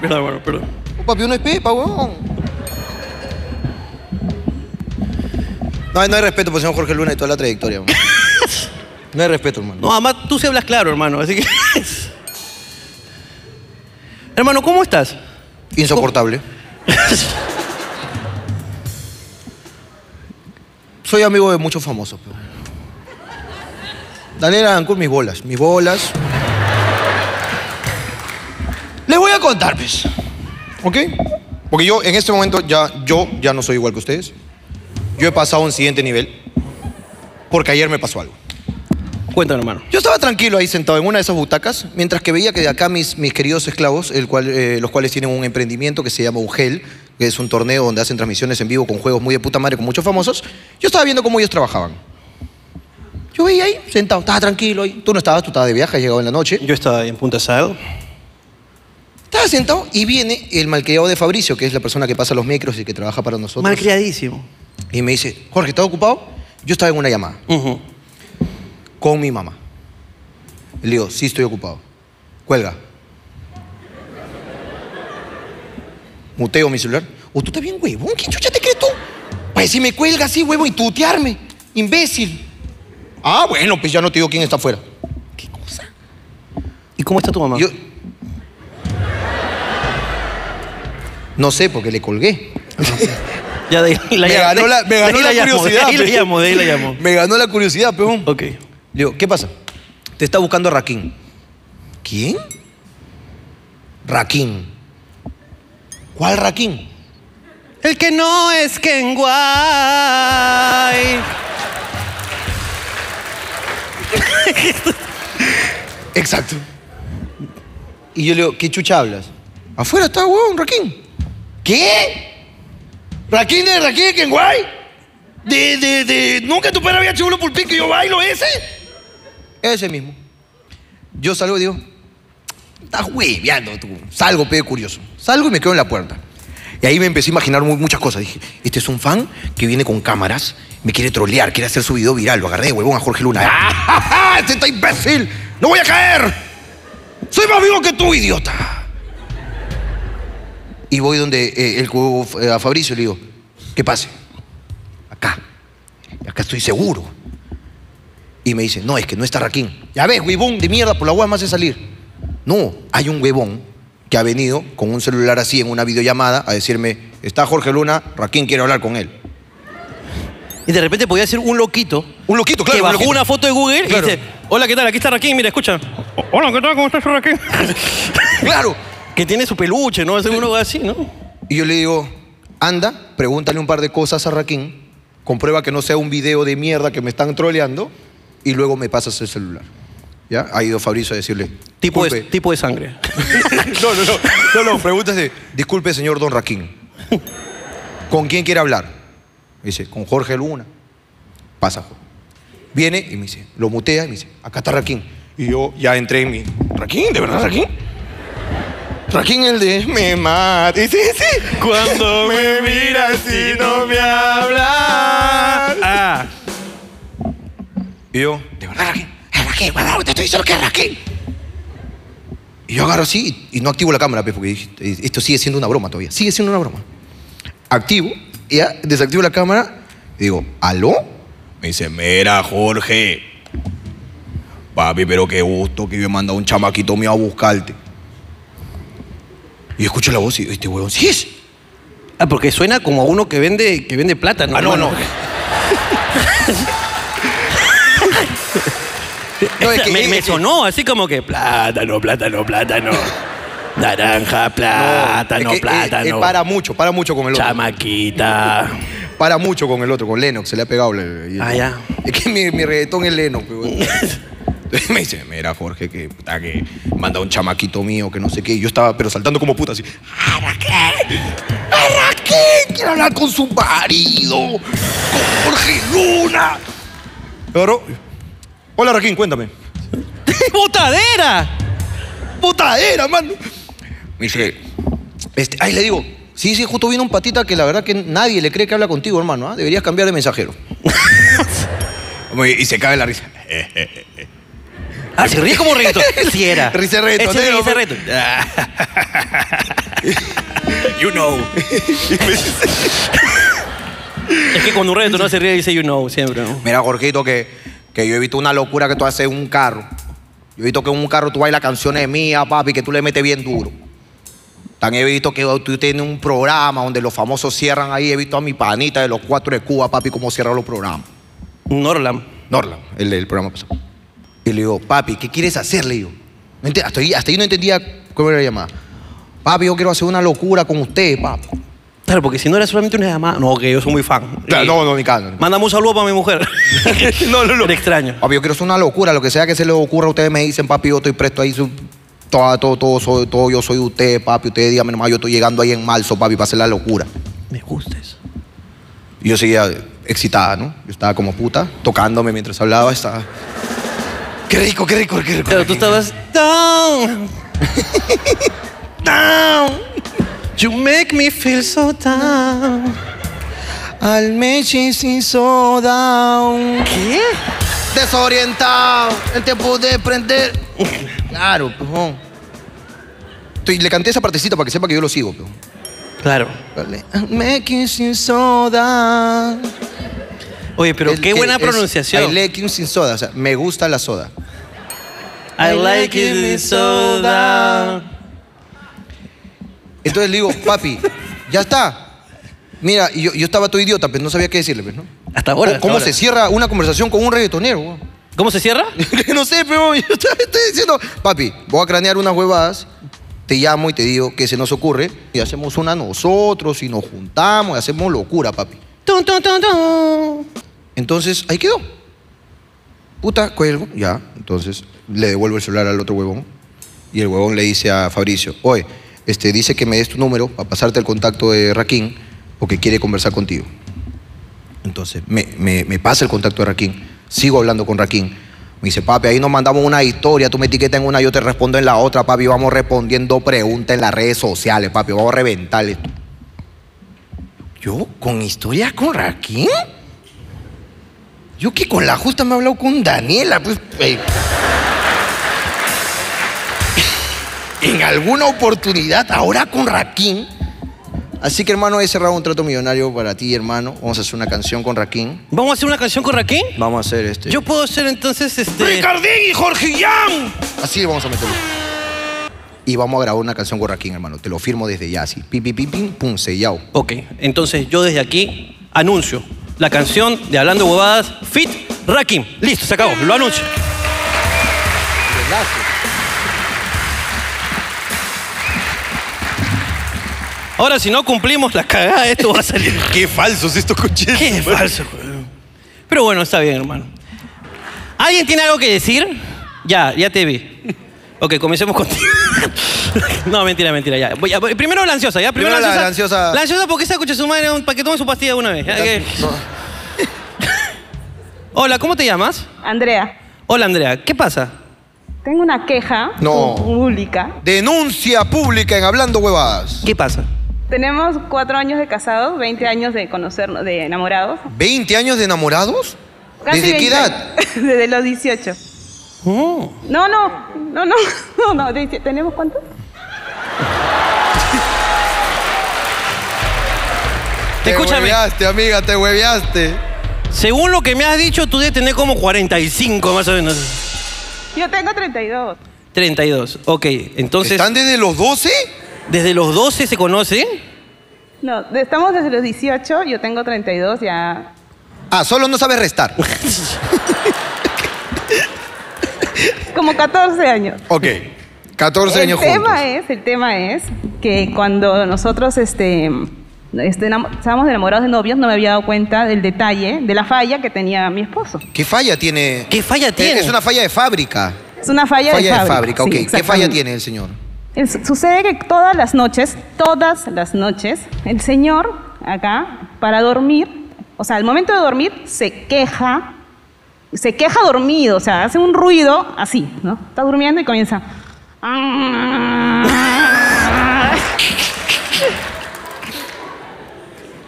Speaker 2: Perdón, hermano, perdón.
Speaker 1: Oh, papi, uno es pepa, weón. Ah, No, no hay respeto por señor Jorge Luna y toda la trayectoria. weón. No hay respeto, hermano.
Speaker 2: No, además tú sí hablas claro, hermano, así que. hermano, ¿cómo estás?
Speaker 1: Insoportable. Soy amigo de muchos famosos. pero- Daniela Dancourt, mis bolas. Mis bolas. Les voy a contar, pues. ¿Ok? Porque yo en este momento ya, yo ya no soy igual que ustedes. Yo he pasado a un siguiente nivel. Porque ayer me pasó algo.
Speaker 2: Cuéntame, hermano.
Speaker 1: Yo estaba tranquilo ahí sentado en una de esas butacas, mientras que veía que de acá mis, mis queridos esclavos, el cual, eh, los cuales tienen un emprendimiento que se llama Ungel, que es un torneo donde hacen transmisiones en vivo con juegos muy de puta madre con muchos famosos, yo estaba viendo cómo ellos trabajaban. Yo veía ahí, sentado, estaba tranquilo ahí. Tú no estabas, tú estabas de viaje, has llegado en la noche.
Speaker 2: Yo estaba ahí en Punta Sal.
Speaker 1: Estaba sentado y viene el malcriado de Fabricio, que es la persona que pasa los micros y que trabaja para nosotros.
Speaker 2: Malcriadísimo.
Speaker 1: Y me dice, Jorge, ¿estás ocupado? Yo estaba en una llamada.
Speaker 2: Ujú.
Speaker 1: con mi mamá. Le digo, sí estoy ocupado. Cuelga. Muteo mi celular. ¿O tú estás bien, huevón? ¿Qué chucha te crees tú? Pues si me cuelga así, huevón, y tutearme. Imbécil. Ah, bueno, pues ya no te digo quién está afuera.
Speaker 2: ¿Y cómo está tu mamá?
Speaker 1: Yo... No sé, porque le colgué.
Speaker 2: Ah, ya de ahí la
Speaker 1: Me
Speaker 2: llamo,
Speaker 1: ganó
Speaker 2: de-
Speaker 1: la, me
Speaker 2: de
Speaker 1: ganó
Speaker 2: ahí
Speaker 1: la
Speaker 2: llamo,
Speaker 1: curiosidad.
Speaker 2: De ahí la
Speaker 1: pe.
Speaker 2: llamo, de ahí la llamo.
Speaker 1: Me ganó la curiosidad, peón.
Speaker 2: Ok.
Speaker 1: Le digo, ¿qué pasa? Te está buscando Raquín. ¿Quién? Raquín. ¿Cuál Raquín?
Speaker 2: El que no es Kenguay.
Speaker 1: Exacto. Y yo le digo, ¿qué chucha hablas? Afuera está, huevón, Raquín. ¿Qué?
Speaker 4: ¿Raquín de Raquín de Kenguay? De, de, de. Nunca tu padre había chulo pulpín que yo bailo ese.
Speaker 1: Ese mismo. Yo salgo y digo, estás hueveando tú. Salgo, pedo curioso. Salgo y me quedo en la puerta. Y ahí me empecé a imaginar mu- muchas cosas. Dije, este es un fan que viene con cámaras, me quiere trolear, quiere hacer su video viral. Lo agarré de huevón a Jorge Luna. ¡Ah!
Speaker 4: ¡Ja, ja! ¡Este está imbécil! ¡No voy a caer! ¡Soy más vivo que tú, idiota!
Speaker 1: Y voy donde eh, el cubo eh, a Fabricio y le digo, que pase. Acá. Acá estoy seguro. Y me dice, no, es que no está Raquín. Ya ves, huevón de mierda, por la hueá más de salir. No, hay un huevón que ha venido con un celular así en una videollamada a decirme, está Jorge Luna, Raquín quiere hablar con él.
Speaker 2: Y de repente podía ser un loquito
Speaker 1: Un loquito, claro.
Speaker 2: que
Speaker 1: un
Speaker 2: bajó
Speaker 1: loquito.
Speaker 2: una foto de Google
Speaker 1: Claro.
Speaker 2: y dice, hola, ¿qué tal? Aquí está Raquín, mira, escucha. "O- Hola, ¿qué tal? ¿Cómo estás, Raquín?
Speaker 1: Claro.
Speaker 2: que tiene su peluche, ¿no? Seguro así, ¿no?
Speaker 1: Y yo le digo, anda, pregúntale un par de cosas a Raquín, comprueba que no sea un video de mierda que me están troleando y luego me pasas el celular. ¿Ya? Ha ido Fabricio a decirle,
Speaker 2: Tipo de,
Speaker 1: "Disculpe".
Speaker 2: tipo de sangre.
Speaker 1: No, no, no, no, no, pregúntase, disculpe señor Don Raquín, ¿con quién quiere hablar? Me dice, con Jorge Luna. Pasa. Jorge. Viene y me dice, lo mutea y me dice, acá está Raquín. Y yo ya entré en mi,
Speaker 4: ¿Raquín? ¿De verdad, Raquín?
Speaker 1: Raquín el de, me mata. Y sí, sí.
Speaker 2: Cuando
Speaker 4: Me mira si no me habla.
Speaker 2: Ah,
Speaker 1: Y yo, de verdad, Raquín, Raquín,
Speaker 4: rasqué, huevón, te estoy diciendo que rasqué.
Speaker 1: Y yo agarro así y, y no activo la cámara, pues, porque dije, "Eh, esto sigue siendo una broma todavía. Sigue siendo una broma. Activo, y ya desactivo la cámara y digo, ¿aló?
Speaker 4: Me dice, mira, Jorge. Papi, pero qué gusto que yo he mandado un chamaquito mío a buscarte. Y escucho la voz y este huevón, sí es.
Speaker 2: Ah, porque suena como a uno que vende, que vende plátano.
Speaker 4: Ah, no,
Speaker 2: hermano.
Speaker 4: no.
Speaker 1: No, es que-
Speaker 2: me,
Speaker 1: eh,
Speaker 2: me
Speaker 1: eh,
Speaker 2: sonó así como que plátano, plátano, plátano. Naranja, plátano,
Speaker 1: Es que, eh,
Speaker 2: plátano.
Speaker 1: eh, para mucho, para mucho con el otro.
Speaker 2: Chamaquita.
Speaker 1: Para mucho con el otro, con Lennox, se le ha pegado. le- y-
Speaker 2: Ah, ya.
Speaker 1: Es que mi, mi reggaetón es Lennox. pues, güey.
Speaker 4: Me dice, mira, Jorge, que puta que manda un chamaquito mío, que no sé qué. Y yo estaba, pero saltando como puta, así. ¡Ah, Raquel! ¡Ah, Raquel! Quiero hablar con su marido, con Jorge Luna.
Speaker 1: Agarró. Hola, Raquín, cuéntame.
Speaker 2: ¡Botadera!
Speaker 4: ¡Botadera, mano!
Speaker 1: Me dice, este, ahí le digo, sí, sí, justo viene un patita que la verdad que nadie le cree que habla contigo, hermano. ¿ah? Deberías cambiar de mensajero.
Speaker 4: Y se cae la risa.
Speaker 2: Ah, se ríe como reggaetón. Eh, Sí era.
Speaker 1: Risa de
Speaker 2: Ese
Speaker 4: ¿eh?
Speaker 1: reggaetonero,
Speaker 2: risa de
Speaker 1: pues.
Speaker 2: reggaeton- Ah,
Speaker 4: You know.
Speaker 2: Ah. Es que cuando un reggaetonero se ríe dice you know siempre, ¿no?
Speaker 1: Mira, Jorgito, que, que yo he visto una locura que tú haces en un carro. Yo he visto que en un carro tú bailas canciones mías, papi, que tú le metes bien duro. También he visto que tú tienes un programa donde los famosos cierran ahí. He visto a mi panita de los cuatro de Cuba, papi, cómo cierra los programas.
Speaker 2: Norlam.
Speaker 1: Norland, el del programa pasado. Y le digo, papi, ¿qué quieres hacer? Le digo. No ente- hasta, ahí, hasta ahí no entendía cómo era la llamada. Papi, yo quiero hacer una locura con usted, papi.
Speaker 2: Claro, porque si no era solamente una llamada. No, que yo soy muy fan.
Speaker 1: Claro,
Speaker 2: Y-
Speaker 1: no, no, ni caso. ni caso.
Speaker 2: Mándame un saludo para mi mujer. no, no, no. Era extraño.
Speaker 1: Papi, yo quiero hacer una locura, lo que sea que se les ocurra, ustedes me dicen, papi, yo estoy presto ahí, su- todo, todo, todo, soy, todo yo soy usted, papi, ustedes díganme nomás, yo estoy llegando ahí en marzo, papi, para hacer la locura.
Speaker 2: Me gusta eso.
Speaker 1: Y yo seguía excitada, ¿no? Yo estaba como puta, tocándome mientras hablaba, estaba... ¡Qué rico, qué rico, qué rico!
Speaker 2: Claro, tú estabas down. down. You make me feel so down.
Speaker 1: Al y so down.
Speaker 2: ¿Qué?
Speaker 1: Desorientado, el tiempo de prender. Claro, pejón. Estoy- Le canté esa partecita para que sepa que yo lo sigo, pejón.
Speaker 2: Claro.
Speaker 1: Dale. Making sin soda.
Speaker 2: Oye, pero
Speaker 1: El
Speaker 2: qué
Speaker 1: que
Speaker 2: buena
Speaker 1: es
Speaker 2: pronunciación.
Speaker 1: I like you sin soda. O sea, me gusta la soda.
Speaker 2: I like it so down.
Speaker 1: Entonces le digo, papi, ya está. Mira, y yo, yo estaba todo idiota, pero no sabía qué decirle, pues, ¿no?
Speaker 2: Hasta ahora.
Speaker 1: ¿Cómo,
Speaker 2: hasta
Speaker 1: cómo
Speaker 2: ahora.
Speaker 1: se cierra una conversación con un reggaetonero? weón?
Speaker 2: ¿Cómo se cierra?
Speaker 1: no sé, pero yo estaba- estoy diciendo, papi, voy a cranear unas huevadas, te llamo y te digo que se nos ocurre y hacemos una nosotros y nos juntamos y hacemos locura, papi.
Speaker 2: Tun, tun, tun, tun.
Speaker 1: Entonces, ahí quedó. Puta, cuelgo, ya. Entonces, le devuelvo el celular al otro huevón. Y el huevón le dice a Fabricio, oye, este, dice que me des tu número para pasarte el contacto de Raquín porque quiere conversar contigo. Entonces, me, me- me pasa el contacto de Raquín. Sigo hablando con Raquín. Me dice, papi, ahí nos mandamos una historia, tú me etiquetas en una, yo te respondo en la otra, papi, vamos respondiendo preguntas en las redes sociales, papi, vamos a reventar esto. ¿Yo? ¿Con historias con Raquín? Yo que con la justa me he hablado con Daniela, pues. eh. en alguna oportunidad, ahora con Raquín. Así que, hermano, he cerrado un trato millonario para ti, hermano. Vamos a hacer una canción con Raquín.
Speaker 2: ¿Vamos a hacer una canción con Raquín?
Speaker 1: Vamos a hacer este.
Speaker 2: Yo puedo ser entonces este.
Speaker 4: Ricardín y Jorge Jan.
Speaker 1: Así le vamos a meterlo. Y vamos a grabar una canción con Raquín, hermano. Te lo firmo desde ya, así. Pim, pim, pim, pim, pum, sellao.
Speaker 2: Ok, entonces yo desde aquí anuncio la canción de Hablando Huevadas, Fit Rakim. Listo, se acabó, lo anuncio. Ahora, si no cumplimos la cagada, esto va a salir.
Speaker 4: Qué falsos estos coches.
Speaker 2: Qué falso, weón. Pero bueno, está bien, hermano. ¿Alguien tiene algo que decir? Ya, ya te vi. Ok, comencemos contigo. no, mentira, mentira, ya. Voy a- voy- primero la ansiosa, ¿ya? Primero,
Speaker 1: Primero la-
Speaker 2: la
Speaker 1: la
Speaker 2: ansiosa.
Speaker 1: ansiosa.
Speaker 2: La ansiosa porque esa escucha su madre un- para que tome su pastilla de una vez. ya, que- Hola, ¿cómo te llamas?
Speaker 10: Andrea,
Speaker 2: Hola, Andrea. ¿Qué pasa?
Speaker 10: tengo una queja
Speaker 1: No.
Speaker 10: pública.
Speaker 1: Denuncia pública en Hablando Huevadas.
Speaker 2: ¿Qué pasa?
Speaker 10: Tenemos cuatro años de casados, 20 años de conocernos, de enamorados.
Speaker 1: ¿20 años de enamorados?
Speaker 10: Casi
Speaker 1: ¿Desde
Speaker 10: 20
Speaker 1: qué edad?
Speaker 10: años. Desde los 18.
Speaker 2: Oh.
Speaker 10: No, no, no, no, no, no. dice, ¿Tenemos cuántos?
Speaker 4: Te
Speaker 2: Escúchame.
Speaker 4: hueveaste, amiga, te hueveaste.
Speaker 2: Según lo que me has dicho, tú debes tener como 45 más o menos.
Speaker 10: Yo tengo 32.
Speaker 2: 32. Ok, entonces.
Speaker 4: ¿Están desde los 12?
Speaker 2: ¿Desde los 12 se conocen?
Speaker 10: No, de- estamos desde los 18, yo tengo 32 ya.
Speaker 1: Ah, solo no sabes restar.
Speaker 10: Como 14 años.
Speaker 4: Ok. 14
Speaker 10: el
Speaker 4: años
Speaker 10: tema
Speaker 4: juntos.
Speaker 10: es, el tema es que cuando nosotros este, este, enam- estábamos enamorados de novios, no me había dado cuenta del detalle, de la falla que tenía mi esposo.
Speaker 1: ¿Qué falla tiene?
Speaker 2: ¿Qué falla
Speaker 1: Es-
Speaker 2: tiene?
Speaker 1: Es una falla de fábrica.
Speaker 10: Es una falla,
Speaker 1: falla de fábrica,
Speaker 10: sí,
Speaker 1: ok. ¿Qué falla
Speaker 10: exactamente.
Speaker 1: tiene el señor?
Speaker 10: El- sucede que todas las noches, todas las noches, el señor acá, para dormir, o sea, al momento de dormir, se queja, se queja dormido, o sea, hace un ruido así, ¿no? Está durmiendo y comienza.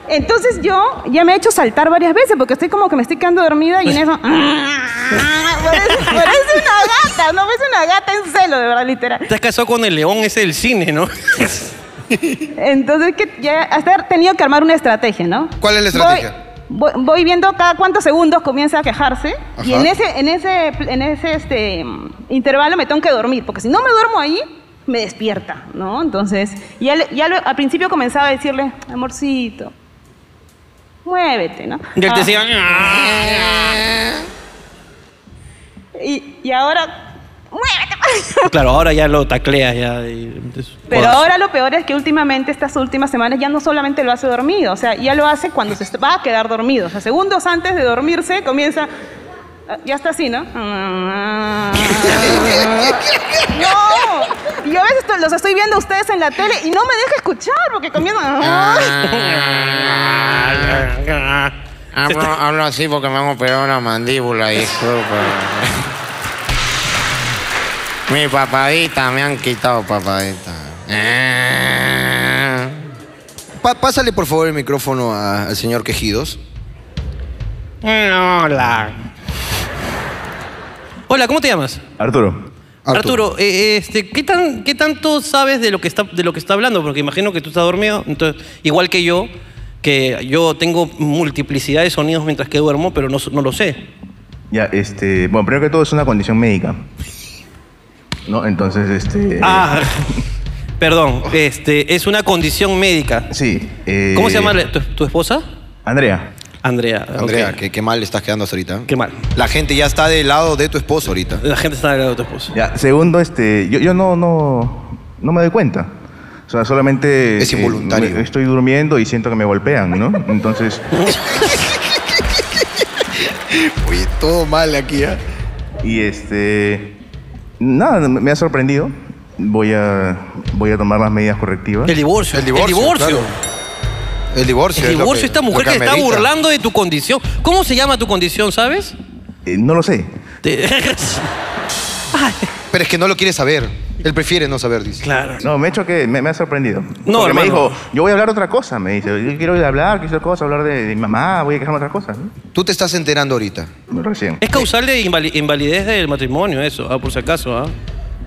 Speaker 10: Entonces yo ya me he hecho saltar varias veces porque estoy como que me estoy quedando dormida y en eso. Parece, parece una gata, no parece una gata en celo, de verdad, literal.
Speaker 2: Estás casado con el león ese del cine, ¿no?
Speaker 10: Entonces, que ya hasta he tenido que armar una estrategia, ¿no?
Speaker 4: ¿Cuál es la estrategia?
Speaker 10: Voy, voy- voy viendo cada cuántos segundos comienza a quejarse y
Speaker 4: Ajá.
Speaker 10: en ese, en ese, en ese este, mm, intervalo me tengo que dormir, porque si no me duermo ahí, me despierta, ¿no? Entonces, ya, le- ya lo- al principio comenzaba a decirle, amorcito, muévete, ¿no?
Speaker 2: Y él
Speaker 10: Ah,
Speaker 2: te decía. "Ah".
Speaker 10: y, y ahora, muévete.
Speaker 2: Claro, ahora ya lo tacleas ya. y-
Speaker 10: Pero ahora lo peor es que últimamente, estas últimas semanas, ya no solamente lo hace dormido, o sea, ya lo hace cuando se est- va a quedar dormido. O sea, segundos antes de dormirse comienza. ah, Ya está así, ¿no? ¡No! Yo a veces to- los estoy viendo a ustedes en la tele y no me deja escuchar porque comienza.
Speaker 1: Ah.
Speaker 11: Hablo, hablo así porque me han operado la mandíbula, disculpa. Mi papadita, me han quitado papadita. Eh.
Speaker 1: Pa- pásale por favor el micrófono a- al señor Quejidos.
Speaker 2: Hola. Hola, ¿cómo te llamas?
Speaker 12: Arturo.
Speaker 2: Arturo, eh, este, ¿qué, tan, ¿qué tanto sabes de lo, que está, de lo que está hablando? Porque imagino que tú estás dormido, entonces, igual que yo, que yo tengo multiplicidad de sonidos mientras que duermo, pero no, no lo sé.
Speaker 12: Eh. Ya, este. Bueno, primero que todo es una condición médica. ¿No? Entonces, este.
Speaker 2: Ah, perdón, este, es una condición médica.
Speaker 12: Sí. eh,
Speaker 2: ¿Cómo se llama la- tu, tu esposa?
Speaker 12: Andrea.
Speaker 2: Andrea.
Speaker 1: Andrea,
Speaker 2: ok.
Speaker 1: qué, qué mal estás quedando ahorita.
Speaker 2: Qué mal.
Speaker 1: La gente ya está del lado de tu esposo ahorita.
Speaker 2: La gente está al lado de tu esposo.
Speaker 12: Ya, segundo, este. Yo, yo no, no. No me doy cuenta. O sea, solamente.
Speaker 1: Es
Speaker 12: eh,
Speaker 1: involuntario.
Speaker 12: me- estoy durmiendo y siento que me golpean, ¿no? Entonces.
Speaker 4: Oye, todo mal aquí, ¿ah?
Speaker 12: Y este. Nada, me me ha sorprendido. Voy a. Voy a tomar las medidas correctivas.
Speaker 2: El divorcio.
Speaker 1: El divorcio,
Speaker 2: El divorcio.
Speaker 1: claro. El divorcio.
Speaker 2: El
Speaker 1: es lo
Speaker 2: divorcio,
Speaker 1: que-
Speaker 2: esta
Speaker 1: lo
Speaker 2: mujer que se está
Speaker 1: amerita.
Speaker 2: burlando de tu condición. ¿Cómo se llama tu condición, sabes?
Speaker 12: Eh, no lo sé.
Speaker 2: Te-
Speaker 1: Pero es que no lo quiere saber. Él prefiere no saber, dice.
Speaker 2: claro.
Speaker 12: No, me ha hecho que me, me ha sorprendido.
Speaker 2: No,
Speaker 12: Porque me
Speaker 2: hermano.
Speaker 12: dijo, yo voy a hablar otra cosa, me dice. Yo quiero ir a hablar, quiero hacer cosas, hablar de, de mi mamá, voy a quejarme de otras cosas. ¿no?
Speaker 1: Tú te estás enterando ahorita.
Speaker 12: Recién.
Speaker 2: Es causal de invali- invalidez del matrimonio, eso, ah, por si acaso. ah.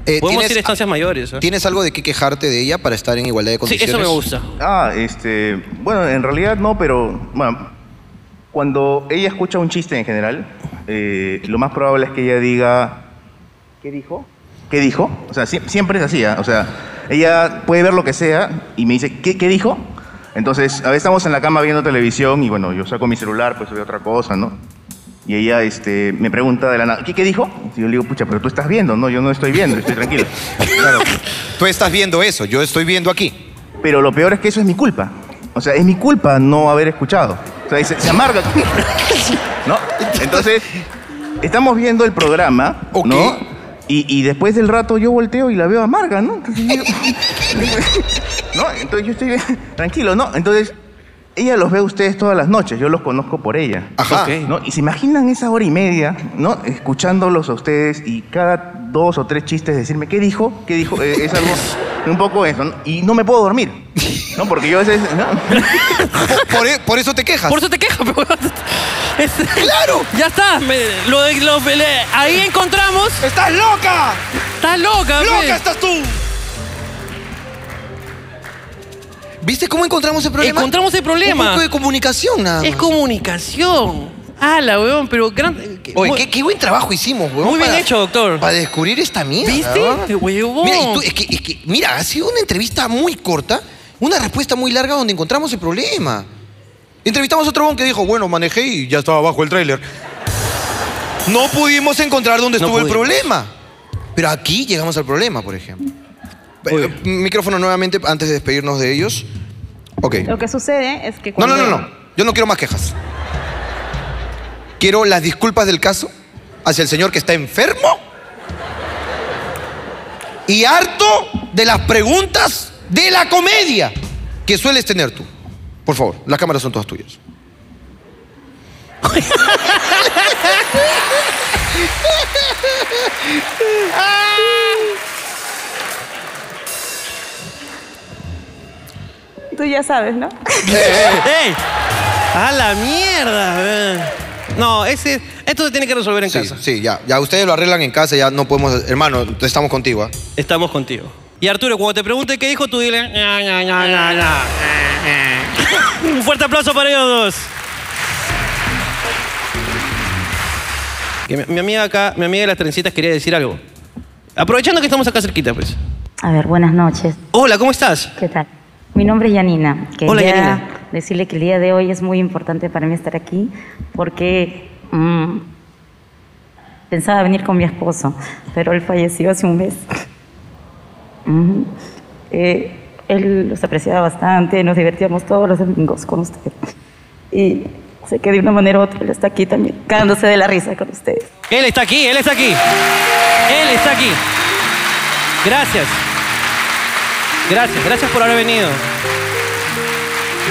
Speaker 1: Eh,
Speaker 2: Podemos
Speaker 1: ¿tienes-
Speaker 2: ir a instancias mayores. ah.
Speaker 1: ¿Tienes algo de qué quejarte de ella para estar en igualdad de
Speaker 2: Sí,
Speaker 1: condiciones?
Speaker 2: eso me gusta.
Speaker 12: Ah, este, bueno, en realidad no, pero bueno, cuando ella escucha un chiste en general, eh, lo más probable es que ella diga, ¿qué dijo? ¿Qué dijo? O sea, sie- siempre es así, ¿ah? o sea, ella puede ver lo que sea y me dice, ¿qué, qué dijo? Entonces, a veces estamos en la cama viendo televisión y bueno, yo saco mi celular, pues veo otra cosa, ¿no? Y ella este, me pregunta de la nada, ¿qué, qué dijo? Y yo le digo, pucha, pero tú estás viendo, no, yo no estoy viendo, estoy tranquilo. Claro.
Speaker 1: Tú estás viendo eso, yo estoy viendo aquí.
Speaker 12: Pero lo peor es que eso es mi culpa. O sea, es mi culpa no haber escuchado. O sea, se, se amarga. conmigo. ¿No? Entonces, estamos viendo el programa, ¿no? Y, y después del rato yo volteo y la veo amarga, ¿no? Entonces, digo, ¿no? Entonces yo estoy bien, tranquilo, ¿no? Entonces, ella los ve a ustedes todas las noches, yo los conozco por ella.
Speaker 1: Ajá.
Speaker 2: Ok.
Speaker 12: ¿no? Y se imaginan esa hora y media, ¿no? Escuchándolos a ustedes y cada dos o tres chistes, decirme, ¿qué dijo? ¿Qué dijo? Eh, es algo, un poco eso. ¿no? Y no me puedo dormir, ¿no? Porque yo a veces...
Speaker 4: por, eso te quejas.
Speaker 2: Por eso te quejas, pero- es- Ya está. me- lo de- lo- le- ahí encontramos.
Speaker 4: ¡Estás loca!
Speaker 2: ¡Estás loca,
Speaker 4: ¡Loca
Speaker 2: pe.
Speaker 4: estás tú! ¿Viste cómo encontramos el problema?
Speaker 2: Encontramos el problema.
Speaker 4: Un poco de comunicación, nada
Speaker 2: Es
Speaker 4: más.
Speaker 2: comunicación. Ala, weón, pero gran.
Speaker 1: Oye, qué, qué buen trabajo hicimos, weón.
Speaker 2: Muy bien
Speaker 1: para-
Speaker 2: hecho, doctor.
Speaker 1: Para descubrir esta mierda.
Speaker 2: ¿Viste?
Speaker 1: weón.
Speaker 2: Huevón.
Speaker 1: Mira, y tú- es que, es que- mira, ha sido una entrevista muy corta, una respuesta muy larga donde encontramos el problema. Entrevistamos a otro bon que dijo, bueno, manejé y ya estaba abajo el tráiler. No pudimos encontrar dónde estuvo el problema. Pero aquí llegamos al problema, por ejemplo. Eh, Micrófono nuevamente antes de despedirnos de ellos. Ok.
Speaker 10: Lo que sucede es que
Speaker 1: No,
Speaker 10: cuando...
Speaker 1: no, no, no. Yo no quiero más quejas. Quiero las disculpas del caso hacia el señor que está enfermo y harto de las preguntas de la comedia que sueles tener tú. Por favor, las cámaras son todas tuyas.
Speaker 10: Tú ya sabes, ¿no?
Speaker 2: ¡Ey! ¡A la mierda! weón. No, ese, esto se tiene que resolver en
Speaker 1: Sí,
Speaker 2: casa.
Speaker 1: sí, ya, ya ustedes lo arreglan en casa, ya no podemos, hermano, estamos contigo. ¿ah?
Speaker 2: Estamos contigo. Y Arturo, cuando te pregunte qué dijo, tú dile. "Ña, ña, ña, ña, ña". Eh, Un fuerte aplauso para ellos dos. Que mi, mi amiga acá, mi amiga de las trencitas quería decir algo. Aprovechando que estamos acá cerquita, pues.
Speaker 13: A ver, buenas noches.
Speaker 2: Hola, ¿cómo estás?
Speaker 13: ¿Qué tal? Mi nombre es Yanina. Quería
Speaker 2: Hola, Yanina.
Speaker 13: decirle que el día de hoy es muy importante para mí estar aquí porque mm, pensaba venir con mi esposo, pero él falleció hace un mes. Ujú. Eh, él los apreciaba bastante, nos divertíamos todos los domingos con usted. Y sé que de una manera u otra él está aquí también, cagándose de la risa con ustedes.
Speaker 2: Él está aquí, él está aquí. Él está aquí. Gracias. Gracias, gracias por haber venido.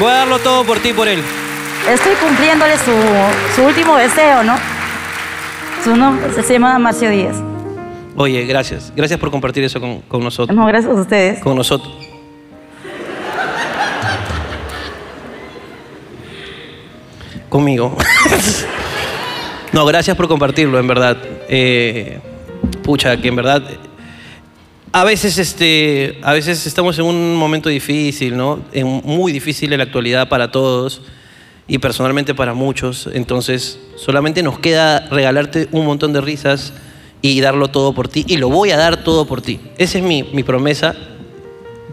Speaker 2: Voy a darlo todo por ti y por él.
Speaker 13: Estoy cumpliéndole su, su último deseo, ¿no? Su nombre se llama Marcio Díaz.
Speaker 2: Oye, gracias. Gracias por compartir eso con, con nosotros.
Speaker 13: No, gracias a ustedes.
Speaker 2: Con nosotros. Conmigo. no, gracias por compartirlo, en verdad. Eh, pucha, que en verdad. A veces, este, a veces estamos en un momento difícil, ¿no? En- muy difícil en la actualidad para todos y personalmente para muchos. Entonces, solamente nos queda regalarte un montón de risas y darlo todo por ti. Y lo voy a dar todo por ti. Esa es mi, mi promesa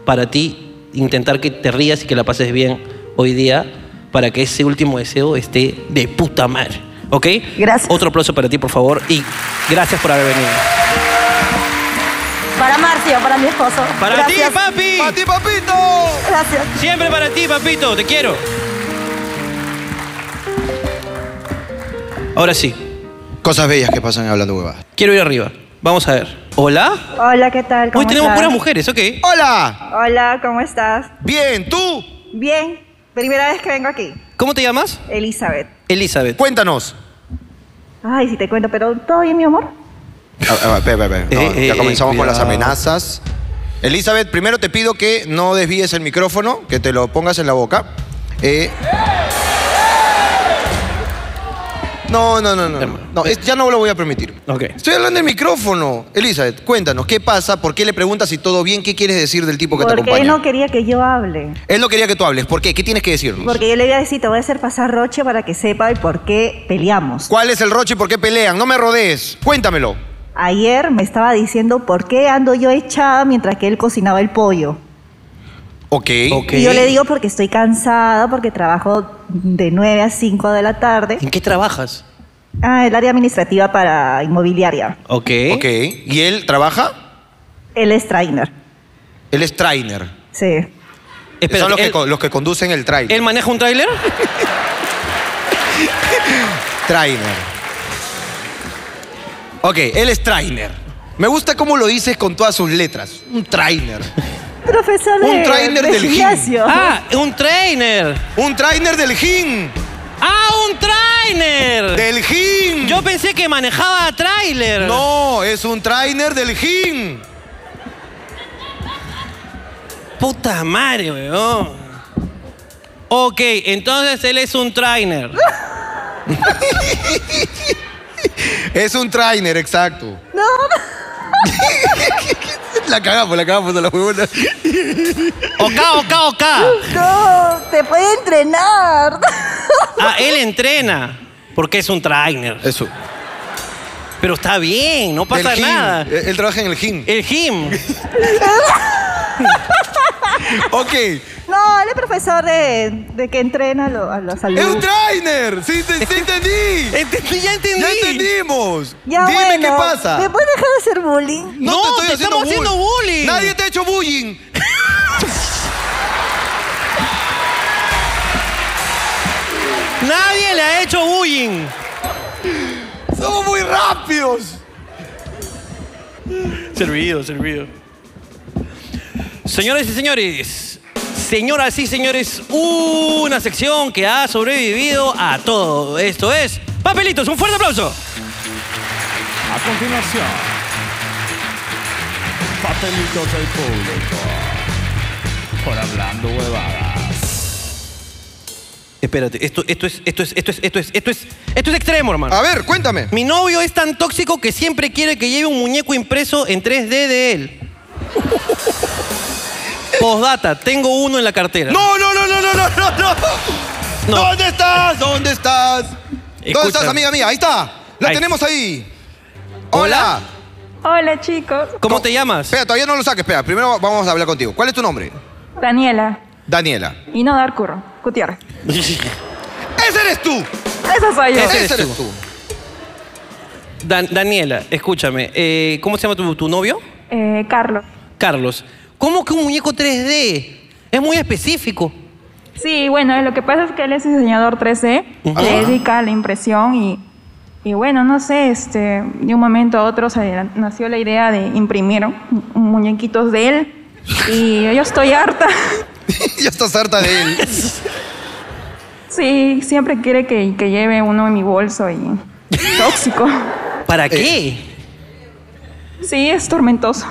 Speaker 2: para ti, intentar que te rías y que la pases bien hoy día para que ese último deseo esté de puta madre. ¿Ok? Gracias. Otro aplauso para ti, por favor. Y gracias por haber venido.
Speaker 13: Para Marcio, para mi esposo.
Speaker 2: Para
Speaker 13: Gracias.
Speaker 2: ti, papi. Para ti, papito.
Speaker 13: Gracias.
Speaker 2: Siempre para ti, papito. Te quiero. Ahora sí.
Speaker 1: Cosas bellas que pasan hablando huevadas.
Speaker 2: Quiero ir arriba. Vamos a ver. Hola.
Speaker 14: Hola, ¿qué tal? ¿Cómo
Speaker 2: Hoy tenemos
Speaker 14: estás?
Speaker 2: puras mujeres, ¿ok?
Speaker 1: Hola.
Speaker 14: Hola, ¿cómo estás?
Speaker 1: Bien, ¿tú?
Speaker 14: Bien. Primera vez que vengo aquí.
Speaker 2: ¿Cómo te llamas?
Speaker 14: Elizabeth.
Speaker 2: Elizabeth.
Speaker 1: Cuéntanos.
Speaker 14: Ay, si te cuento, pero ¿todo bien, mi amor?
Speaker 1: Ah, ah, espera, espera, espera. No,
Speaker 4: Eh, eh,
Speaker 1: ya comenzamos
Speaker 4: eh,
Speaker 1: con las
Speaker 4: cuidado.
Speaker 1: amenazas. Elizabeth, primero te pido que no desvíes el micrófono, que te lo pongas en la boca. Eh, No, no, no,
Speaker 4: Em,
Speaker 1: no. No,
Speaker 4: eh.
Speaker 1: es- ya no lo voy a permitir. Estoy hablando del micrófono. Elizabeth, cuéntanos, ¿qué pasa? ¿Por qué le preguntas si todo bien? ¿Qué quieres decir del tipo que te
Speaker 14: Porque él
Speaker 1: acompaña?
Speaker 14: no quería que yo hable.
Speaker 1: Él no quería que tú hables. ¿Por qué? ¿Qué tienes que decirnos?
Speaker 14: Porque yo le iba a decir, te voy a hacer pasar roche para que sepa el por qué peleamos.
Speaker 1: ¿Cuál es el roche y por qué pelean? No me rodees. Cuéntamelo.
Speaker 14: Ayer me estaba diciendo por qué ando yo echada mientras que él cocinaba el pollo.
Speaker 1: Ok.
Speaker 14: Y yo le digo porque estoy cansada, porque trabajo de 9 a 5 de la tarde.
Speaker 2: ¿En qué trabajas?
Speaker 14: Ah, el área administrativa para inmobiliaria.
Speaker 2: Ok.
Speaker 1: Ok. ¿Y él trabaja?
Speaker 14: Él es trainer.
Speaker 1: Él es trainer.
Speaker 14: Sí.
Speaker 1: Son los, que, co- los que conducen el trailer.
Speaker 2: ¿Él maneja un tráiler?
Speaker 1: Trainer. Ok, él es trainer. Me gusta cómo lo dices con todas sus letras. Un trainer.
Speaker 14: Profesor de,
Speaker 1: Un trainer
Speaker 14: de
Speaker 1: del gym.
Speaker 14: gimnasio.
Speaker 2: un Ah, trainer.
Speaker 1: Un trainer del gym.
Speaker 2: ¡Ah, un trainer!
Speaker 1: ¡Del gym!
Speaker 2: Yo pensé que manejaba trailer.
Speaker 1: No, es un trainer del gym.
Speaker 2: Puta madre, weón. Ok, entonces él es un trainer.
Speaker 1: Es un trainer, exacto.
Speaker 14: No.
Speaker 1: La cagamos, la cagamos a la huevona.
Speaker 2: Oka, oka, oka.
Speaker 14: No, te puede entrenar.
Speaker 2: Ah, él entrena porque es un trainer.
Speaker 1: Eso.
Speaker 2: Pero está bien, no pasa
Speaker 1: Del gym. Eh,
Speaker 2: nada.
Speaker 1: Él, él trabaja en el gym.
Speaker 2: El gym.
Speaker 1: ok.
Speaker 14: No, él es profesor de, de que entrena a, lo- a los alumnos.
Speaker 1: ¡Es un trainer! ¡Sí, te- sí entendí!
Speaker 2: ¡Ya entendí!
Speaker 1: ¡Ya entendimos!
Speaker 14: Ya,
Speaker 1: Dime
Speaker 14: bueno,
Speaker 1: qué pasa.
Speaker 14: ¿Me puedes dejar de hacer bullying?
Speaker 1: No, te estoy
Speaker 14: estamos
Speaker 1: haciendo
Speaker 14: haciendo bullying.
Speaker 1: Nadie te ha hecho bullying.
Speaker 2: Nadie le ha hecho bullying.
Speaker 1: Somos muy rápidos.
Speaker 2: Servido, servido. Señores y señores, señoras y señores, una sección que ha sobrevivido a todo. Esto es Papelitos. Un fuerte aplauso.
Speaker 15: A continuación, papelitos del público. Por hablando huevadas.
Speaker 2: Espérate, esto, esto es, esto es, esto es, esto es, esto es, esto es extremo, hermano.
Speaker 1: A ver, cuéntame.
Speaker 2: Mi novio es tan tóxico que siempre quiere que lleve un muñeco impreso en 3D de él. Postdata, tengo uno en la cartera.
Speaker 1: No, no, no, no, no, no, no, no. ¿Dónde estás? ¿Dónde estás? ¿Dónde
Speaker 2: Escucha.
Speaker 1: estás, amiga mía? Ahí está. La
Speaker 2: Ahí.
Speaker 1: tenemos ahí. Hola.
Speaker 16: Hola chicos,
Speaker 2: ¿Cómo te llamas?
Speaker 1: Espera, todavía no lo saques. Espera, primero vamos a hablar contigo. ¿Cuál es tu nombre?
Speaker 16: Daniela.
Speaker 1: Daniela.
Speaker 16: Y no dar curro, Gutiérrez.
Speaker 1: ¡Ese eres tú!
Speaker 16: Eso soy yo.
Speaker 2: Ese eres tú. Dan- Daniela, escúchame. eh, ¿Cómo se llama tu, tu novio?
Speaker 16: Eh, Carlos.
Speaker 2: Carlos. ¿Cómo que un muñeco 3D? Es muy específico.
Speaker 16: Sí, bueno, lo que pasa es que él es diseñador 3D,
Speaker 2: Ujú. Ah.
Speaker 16: se dedica a la impresión y, y bueno, no sé, este, de un momento a otro se le nació la idea de imprimir mu- muñequitos de él y yo estoy harta.
Speaker 1: ya estás harta de él.
Speaker 16: Sí, siempre quiere que, que lleve uno en mi bolso y tóxico.
Speaker 1: Eh.
Speaker 2: ¿Para qué?
Speaker 16: Sí, es tormentoso.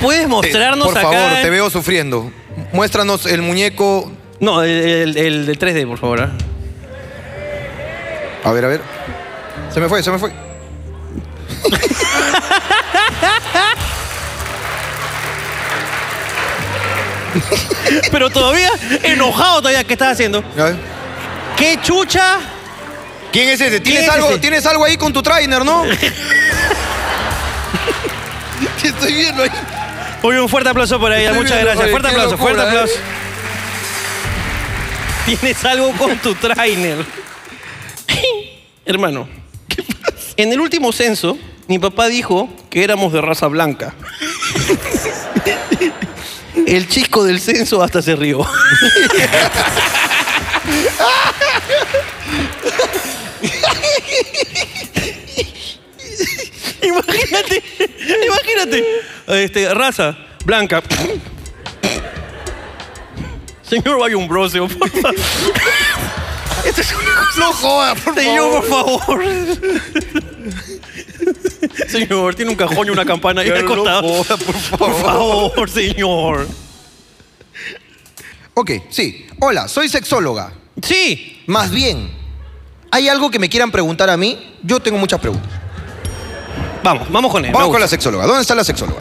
Speaker 2: ¿Puedes mostrarnos
Speaker 1: Eh, Por
Speaker 2: acá?
Speaker 1: favor, te veo sufriendo. Muéstranos el muñeco.
Speaker 2: No, el, el- el del 3D, por favor. ah.
Speaker 1: A ver, a ver. Se me fue, se me fue.
Speaker 2: Pero todavía enojado todavía. ¿Qué estás haciendo? ¿Qué chucha?
Speaker 1: ¿Quién es ese?
Speaker 2: ¿Quién
Speaker 1: ¿Tienes,
Speaker 2: es
Speaker 1: algo,
Speaker 2: ese?
Speaker 1: ¿Tienes algo ahí con tu trainer, no? Estoy viendo ahí.
Speaker 2: Oye, un fuerte aplauso por ahí.
Speaker 1: Estoy
Speaker 2: Muchas
Speaker 1: viendo,
Speaker 2: gracias.
Speaker 1: oye,
Speaker 2: Fuerte
Speaker 1: qué
Speaker 2: aplauso,
Speaker 1: locura,
Speaker 2: fuerte
Speaker 1: ¿eh?
Speaker 2: aplauso. Tienes algo con tu trainer. Hermano, en el último censo, mi papá dijo que éramos de raza blanca. El chico del censo hasta se rió. Imagínate, imagínate. Este, raza, blanca. Señor, vaya un broseo, por favor. Esto es una cosa-
Speaker 1: No joda, por
Speaker 2: Señor,
Speaker 1: favor.
Speaker 2: por favor. Señor, tiene un cajón y una campana y
Speaker 1: Pero
Speaker 2: al
Speaker 1: no
Speaker 2: costado.
Speaker 1: por
Speaker 2: favor. Por favor, señor.
Speaker 1: Ok, sí. Hola, soy sexóloga.
Speaker 2: Sí.
Speaker 1: Más bien, ¿hay algo que me quieran preguntar a mí? Yo tengo muchas preguntas.
Speaker 2: Vamos, vamos con él.
Speaker 1: Vamos
Speaker 2: me
Speaker 1: con la
Speaker 2: gusta.
Speaker 1: sexóloga. ¿Dónde está la sexóloga?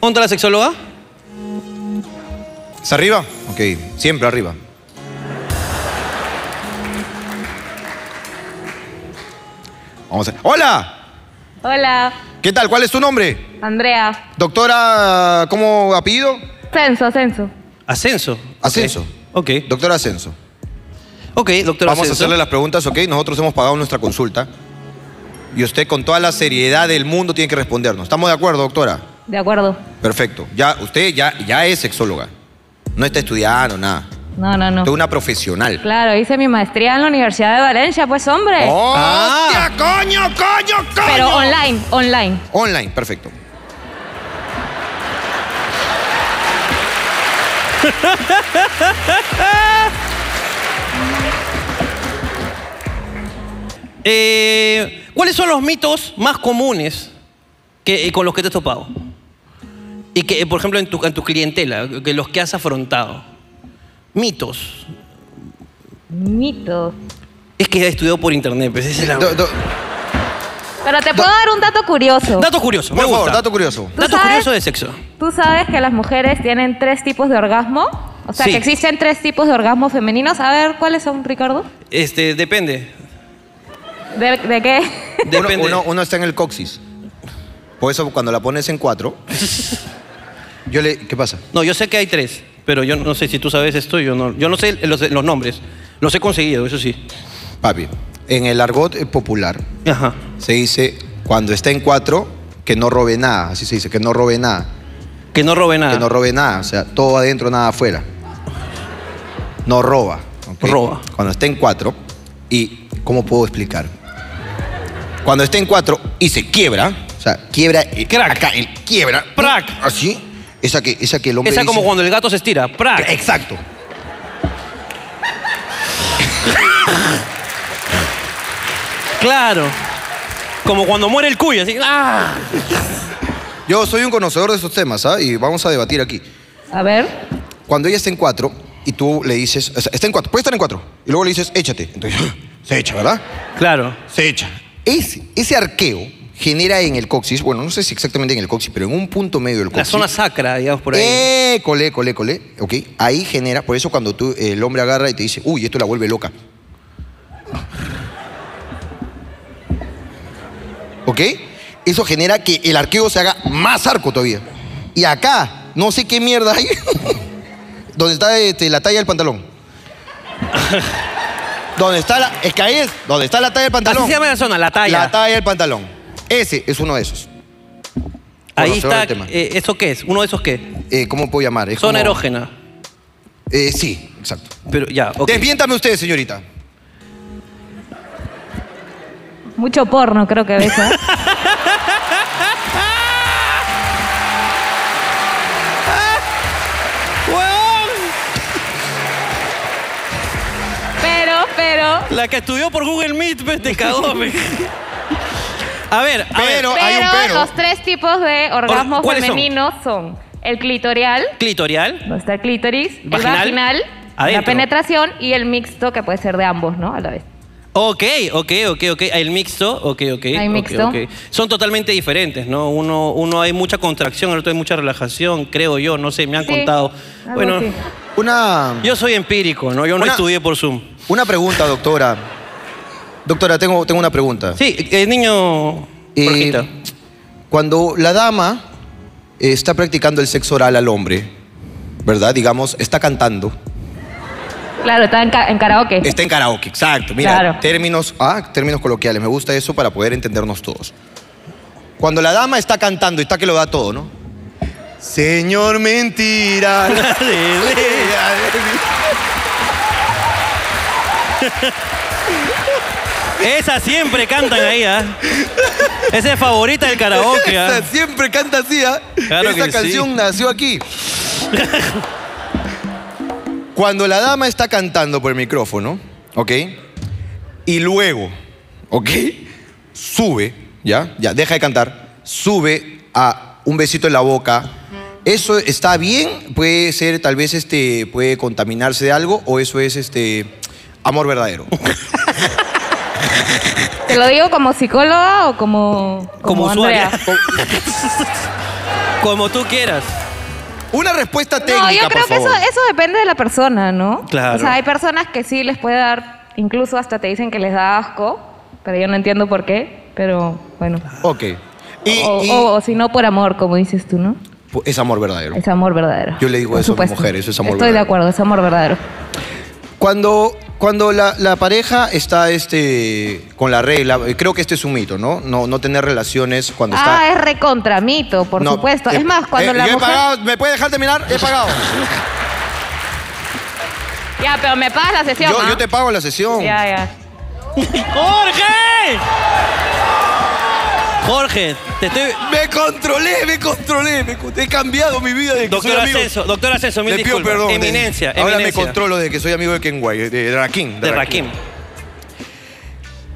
Speaker 2: ¿Dónde está la sexóloga?
Speaker 1: ¿Es arriba? Ok, siempre arriba. Vamos a... ¡Hola!
Speaker 17: Hola,
Speaker 1: ¿Qué tal? ¿Cuál es tu nombre?
Speaker 17: Andrea.
Speaker 1: Doctora, ¿cómo apellido?
Speaker 17: Censo, censo.
Speaker 2: Ascenso.
Speaker 1: Ascenso.
Speaker 2: Ok.
Speaker 1: Doctora Ascenso.
Speaker 2: Ok, doctora
Speaker 1: Vamos
Speaker 2: Ascenso.
Speaker 1: a hacerle las preguntas, ok. Nosotros hemos pagado nuestra consulta. Y usted, con toda la seriedad del mundo, tiene que respondernos. ¿Estamos de acuerdo, doctora?
Speaker 17: De acuerdo.
Speaker 1: Perfecto. Ya, usted ya, ya es sexóloga. No está estudiando, nada.
Speaker 17: No, no, no.
Speaker 1: Usted es una profesional.
Speaker 17: Claro, hice mi maestría en la Universidad de Valencia, pues hombre.
Speaker 2: Ah.
Speaker 1: ¡Hostia, coño, coño, coño!
Speaker 17: Pero online, online.
Speaker 1: Online, perfecto.
Speaker 2: Eh, ¿Cuáles son los mitos más comunes que, eh, con los que te has topado? Y que, eh, por ejemplo, en tu, en tu clientela, que los que has afrontado. Mitos.
Speaker 17: Mito.
Speaker 2: Es que he estudiado por internet, pues esa es la...
Speaker 17: Pero te puedo dar un dato curioso.
Speaker 2: dato curioso, me
Speaker 1: Por favor,
Speaker 2: gusta.
Speaker 1: dato curioso.
Speaker 17: ¿Tú sabes?
Speaker 2: curioso de sexo.
Speaker 17: ¿Tú sabes que las mujeres tienen tres tipos de orgasmo? O sea,
Speaker 2: Sí.
Speaker 17: que existen tres tipos de orgasmos femeninos. A ver, ¿cuáles son, Ricardo?
Speaker 2: Este, depende.
Speaker 17: ¿De, de qué?
Speaker 1: Uno, uno- uno está en el coxis. Por eso cuando la pones en cuatro, yo le... ¿Qué pasa?
Speaker 2: No, yo sé que hay tres, pero yo no sé si tú sabes esto, yo no, yo no sé los, los nombres. Los he conseguido, eso sí.
Speaker 1: Papi, en el argot eh, popular se dice, cuando está en cuatro, que no robe nada. Así se dice, que no robe nada.
Speaker 2: Que no robe nada.
Speaker 1: Que no robe nada. O sea, todo adentro, nada afuera. No roba. ¿ok?
Speaker 2: Roba.
Speaker 1: Cuando está en cuatro, y ¿cómo puedo explicar? Cuando está en cuatro y se quiebra, o sea, quiebra eh, acá, el quiebra. Así. Esa que, esa que el hombre
Speaker 2: Esa como
Speaker 1: dice-
Speaker 2: cuando el gato se estira. ¡Prac!
Speaker 1: Exacto.
Speaker 2: Claro. Como cuando muere el cuyo, así. ¡Ah!
Speaker 1: Yo soy un conocedor de estos temas, ¿ah? Y vamos a debatir aquí.
Speaker 17: A ver.
Speaker 1: Cuando ella está en cuatro y tú le dices, o sea, está en cuatro, puede estar en cuatro, y luego le dices, échate. Entonces, se echa, ¿verdad?
Speaker 2: Claro.
Speaker 1: Se echa. Ese, ese arqueo genera en el coxis, bueno, no sé si exactamente en el coxis, pero en un punto medio del
Speaker 2: La
Speaker 1: coxis.
Speaker 2: zona sacra, digamos, por ahí.
Speaker 1: Eh, cole, cole, cole, ok. Ahí genera, por eso cuando tú, el hombre agarra y te dice, uy, esto la vuelve loca. ¿Ok? Eso genera que el arqueo se haga más arco todavía. Y acá, no sé qué mierda hay, donde está este, la talla del pantalón. donde está la, es que ahí es, donde está la talla del pantalón.
Speaker 2: Así se llama la zona, la talla.
Speaker 1: La talla del pantalón. Ese es uno de esos.
Speaker 2: ahí
Speaker 1: Conocedor
Speaker 2: está.
Speaker 1: del tema.
Speaker 2: eh, ¿Eso qué es? ¿Uno de esos qué?
Speaker 1: Eh, ¿Cómo puedo llamar? Es
Speaker 2: Zona
Speaker 1: como-
Speaker 2: erógena.
Speaker 1: Eh, sí, exacto.
Speaker 2: Pero ya, ok.
Speaker 1: Desviéntame usted, señorita.
Speaker 17: Mucho porno, creo que ves. ¿eh? Pero, pero.
Speaker 2: La que estudió por Google Meet, pues, te cagó, pe. A ver, a ver.
Speaker 17: los tres tipos de
Speaker 2: Ahora,
Speaker 17: orgasmos
Speaker 2: ¿cuáles son?
Speaker 17: femeninos son? el clitorial,
Speaker 2: Clitorial.
Speaker 17: donde está el clítoris,
Speaker 2: Vaginal.
Speaker 17: el vaginal, la
Speaker 2: Adentro.
Speaker 17: penetración y el mixto, que puede ser de ambos, ¿no? A la vez.
Speaker 2: Ok, ok, ok, ok. El mixto, ok, ok.
Speaker 17: Hay
Speaker 2: ok,
Speaker 17: mixto.
Speaker 2: ok. Son totalmente diferentes, ¿no? Uno, uno hay mucha contracción, el otro hay mucha relajación, creo yo, no sé, me han
Speaker 1: Sí,
Speaker 2: contado.
Speaker 1: algo
Speaker 2: Bueno,
Speaker 1: así. una...
Speaker 2: Yo soy empírico, ¿no? Yo no
Speaker 1: Una-
Speaker 2: estudié por Zoom.
Speaker 1: Una pregunta, doctora. Doctora, tengo, tengo una pregunta. Eh,
Speaker 2: Sí, el niño... Jorgito.
Speaker 1: cuando la dama eh, está practicando el sexo oral al hombre, ¿verdad? Digamos, está cantando.
Speaker 17: Claro, está en, ca- en karaoke.
Speaker 2: Eh,
Speaker 1: Está en karaoke, exacto. Mira,
Speaker 17: Claro.
Speaker 1: términos, ah, términos coloquiales. Me gusta eso para poder entendernos todos. Cuando la dama está cantando y está que lo da todo, ¿no? Señor mentira.
Speaker 2: Esa siempre cantan ahí, ¿ah? Esa es favorita del karaoke, ¿ah?
Speaker 1: Esa Siempre canta así, ¿ah?
Speaker 2: Claro
Speaker 1: Esa
Speaker 2: que sí.
Speaker 1: canción nació aquí. Cuando la dama está cantando por el micrófono, ¿ok? Y luego, ¿ok? Sube, ¿ya? Ya, deja de cantar. Sube a un besito en la boca. ¿Eso está bien? ¿Puede ser, tal vez, este, puede contaminarse de algo? ¿O eso es, este, amor verdadero?
Speaker 17: ¿Te lo digo como psicóloga o como.
Speaker 2: Como
Speaker 17: Andrea?
Speaker 2: usuaria. Como tú quieras.
Speaker 1: Una respuesta
Speaker 17: No, yo creo que eso, eso depende de la persona, ¿no?
Speaker 2: Claro.
Speaker 17: O sea, hay personas que sí les puede dar, incluso hasta te dicen que les da asco, pero yo no entiendo por qué, pero bueno.
Speaker 1: Ok. Y-
Speaker 17: o
Speaker 1: y-
Speaker 17: o- o si no, por amor, como dices tú, ¿no?
Speaker 1: Es amor verdadero.
Speaker 17: Es amor verdadero.
Speaker 1: Yo le digo
Speaker 17: Por
Speaker 1: eso a mi
Speaker 17: supuesto.
Speaker 1: mujer, eso es amor
Speaker 17: Estoy de
Speaker 1: verdadero.
Speaker 17: acuerdo, es amor verdadero.
Speaker 1: Cuando, cuando la, la pareja está este, con la regla, eh, creo que este es un mito, ¿no? No, no tener relaciones cuando
Speaker 17: Ah,
Speaker 1: está.
Speaker 17: es recontramito, por
Speaker 1: No,
Speaker 17: supuesto.
Speaker 1: eh,
Speaker 17: es más, cuando
Speaker 1: eh,
Speaker 17: la
Speaker 1: yo he
Speaker 17: mujer...
Speaker 1: pagado, ¿me puede dejar terminar? He pagado.
Speaker 17: Ya, pero me pagas la sesión,
Speaker 1: yo,
Speaker 17: ¿ah?
Speaker 1: yo te pago la sesión.
Speaker 17: Ya, ya.
Speaker 2: ¡Jorge! Jorge, te estoy...
Speaker 4: Me controlé, me controlé, me con- he cambiado mi vida de que
Speaker 2: Doctor
Speaker 4: soy amigo.
Speaker 2: Ascenso, doctor Ascenso, mil
Speaker 4: Le pido
Speaker 2: disculpas.
Speaker 4: perdón.
Speaker 2: Eminencia,
Speaker 1: Ahora me
Speaker 2: eminencia.
Speaker 1: controlo desde que soy amigo de Ken Guay, de Rakim.
Speaker 2: De Rakim.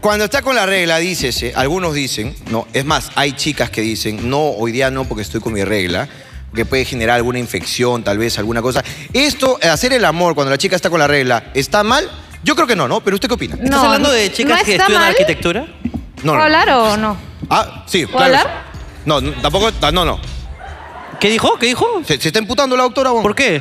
Speaker 1: Cuando está con la regla, dices, algunos dicen, no, es más, hay chicas que dicen, no, hoy día no porque estoy con mi regla, que puede generar alguna infección, tal vez alguna cosa. Esto, eh, hacer el amor cuando la chica está con la regla, ¿está mal? Yo creo que no, ¿no? Pero ¿usted qué opina?
Speaker 2: ¿Estás hablando de chicas que estudian arquitectura?
Speaker 1: No,
Speaker 17: ¿Puedo
Speaker 1: no, no.
Speaker 17: hablar o no?
Speaker 1: Ah, sí,
Speaker 17: ¿Puedo
Speaker 1: claro.
Speaker 17: hablar?
Speaker 1: No, no, tampoco, no, no.
Speaker 2: ¿Qué dijo? ¿Qué dijo?
Speaker 1: Se, se está imputando la doctora, ¿Por
Speaker 2: qué?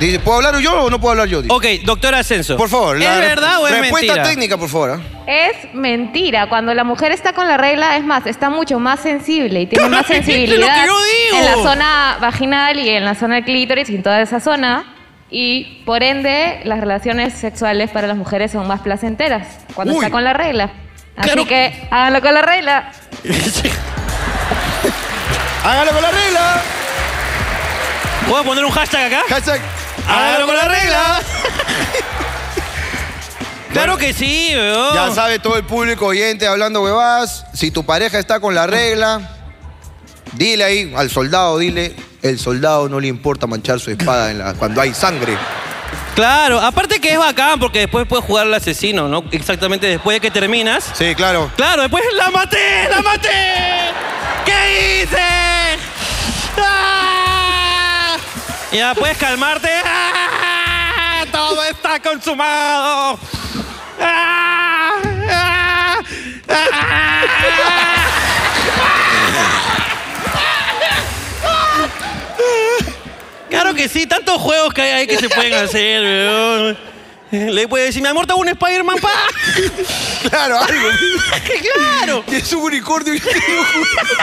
Speaker 1: Dice, ¿puedo hablar yo o no puedo hablar yo? Dice.
Speaker 2: Ok, doctora Ascenso.
Speaker 1: Por favor,
Speaker 2: ¿Es
Speaker 1: la
Speaker 2: verdad o es
Speaker 1: respuesta
Speaker 2: mentira?
Speaker 1: técnica, por favor. ¿ah?
Speaker 17: Es mentira. Cuando la mujer está con la regla, es más, está mucho más sensible y tiene más
Speaker 2: Claro, es lo que
Speaker 17: sensibilidad
Speaker 2: yo digo.
Speaker 17: en la zona vaginal y en la zona del clítoris y en toda esa zona. Y por ende, las relaciones sexuales para las mujeres son más placenteras cuando
Speaker 2: Uy.
Speaker 17: está con la regla. Así que háganlo con la regla.
Speaker 1: ¡Hágalo con la regla!
Speaker 2: ¿Puedo poner un hashtag acá?
Speaker 1: Hashtag.
Speaker 2: ¡Hágalo con la regla! claro que sí, weón.
Speaker 1: Ya sabe todo el público oyente hablando huevadas. Si tu pareja está con la regla, dile ahí al soldado, dile, el soldado no le importa manchar su espada en la- cuando hay sangre.
Speaker 2: Claro, aparte que es bacán porque después puedes jugar al asesino, ¿no? Exactamente después de que terminas.
Speaker 1: Sí, claro.
Speaker 2: Claro, después la maté, la maté. ¿Qué hice? ¡Ah! Ya puedes calmarte. ¡Ah! Todo está consumado. ¡Ah! ¡Ah! ¡Ah! Claro que sí, tantos juegos que hay ahí que se pueden hacer, weón. Le puede decir, mi amor, te hago un Spider-Man, pa.
Speaker 1: Claro, algo.
Speaker 2: claro.
Speaker 1: es un unicornio.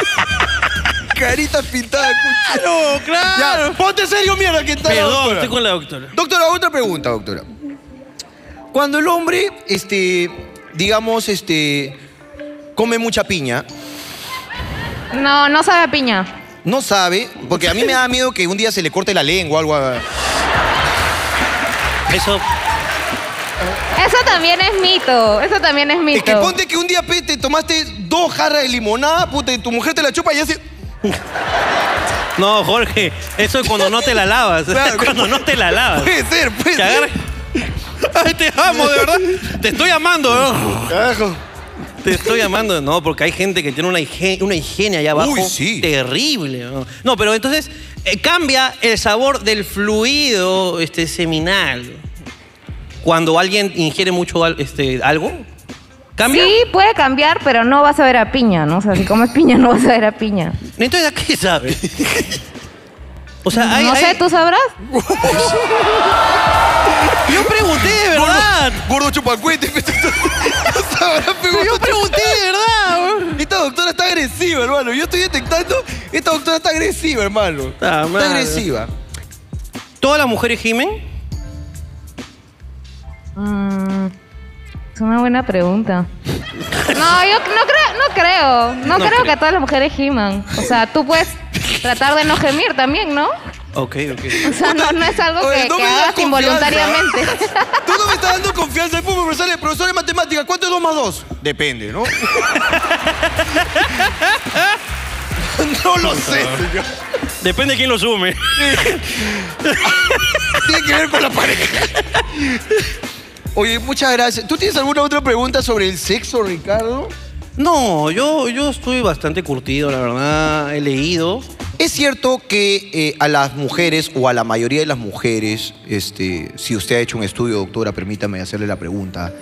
Speaker 1: Caritas pintadas.
Speaker 2: Claro, claro.
Speaker 1: Ya, ponte serio, mierda, que está la
Speaker 2: Perdón,
Speaker 1: doctora.
Speaker 2: estoy con la doctora.
Speaker 1: Doctora, otra pregunta, doctora. Cuando el hombre, este, digamos, este, come mucha piña,
Speaker 17: No, no sabe a piña.
Speaker 1: no sabe, porque a mí me da miedo que un día se le corte la lengua o algo. a-
Speaker 2: Eso.
Speaker 17: Eso también es mito. Eso también es mito.
Speaker 1: Es que ponte que un día pe, te tomaste dos jarras de limonada, puta, y tu mujer te la chupa y hace.
Speaker 2: No, Jorge, eso es cuando no te la lavas.
Speaker 1: Claro.
Speaker 2: cuando no te la lavas.
Speaker 1: Puede ser, puede
Speaker 2: Que
Speaker 1: ser.
Speaker 2: agarre- Ay, te amo, de verdad. Te estoy amando, ¿no? Te estoy amando, no, porque hay gente que tiene una higiene, una higiene allá abajo
Speaker 1: Uy, sí.
Speaker 2: terrible. ¿no? No, pero entonces eh, cambia el sabor del fluido este, seminal. Cuando alguien ingiere mucho al- este, algo, cambia.
Speaker 17: Sí, puede cambiar, pero no vas a ver a piña, ¿no? O sea, si comes piña, no vas a ver a piña.
Speaker 2: Entonces, ¿a qué sabe? O sea, hay,
Speaker 17: no sé,
Speaker 2: hay-
Speaker 17: ¿tú sabrás?
Speaker 2: Yo pregunté de verdad.
Speaker 1: Gordo chupacuete. Yo
Speaker 2: pregunté de verdad.
Speaker 1: Esta doctora está agresiva, hermano. Yo estoy detectando. Esta doctora está agresiva, hermano.
Speaker 2: Ah,
Speaker 1: está
Speaker 2: madre.
Speaker 1: agresiva.
Speaker 2: ¿Todas las mujeres gimen?
Speaker 17: Mm, es una buena pregunta. No, yo no creo, no creo. No,
Speaker 2: No
Speaker 17: creo,
Speaker 2: creo.
Speaker 17: que todas las mujeres giman. O sea, tú puedes tratar de no gemir también, ¿no?
Speaker 2: Ok, ok.
Speaker 17: O sea, no, no es algo
Speaker 1: Oye,
Speaker 17: que,
Speaker 1: no
Speaker 17: que
Speaker 1: me das
Speaker 17: hagas
Speaker 1: confianza.
Speaker 17: involuntariamente.
Speaker 1: Tú no me estás dando confianza. Es como profesor, profesor de matemáticas. ¿Cuánto es 2 más 2? Depende, ¿no? no lo sé, señor.
Speaker 2: Depende de quién lo sume.
Speaker 1: Tiene que ver con la pareja. Oye, muchas gracias. ¿Tú tienes alguna otra pregunta sobre el sexo, Ricardo?
Speaker 2: No, yo, yo estoy bastante curtido, la verdad. He leído.
Speaker 1: Es cierto que eh, a las mujeres o a la mayoría de las mujeres, este, si usted ha hecho un estudio, doctora, permítame hacerle la pregunta.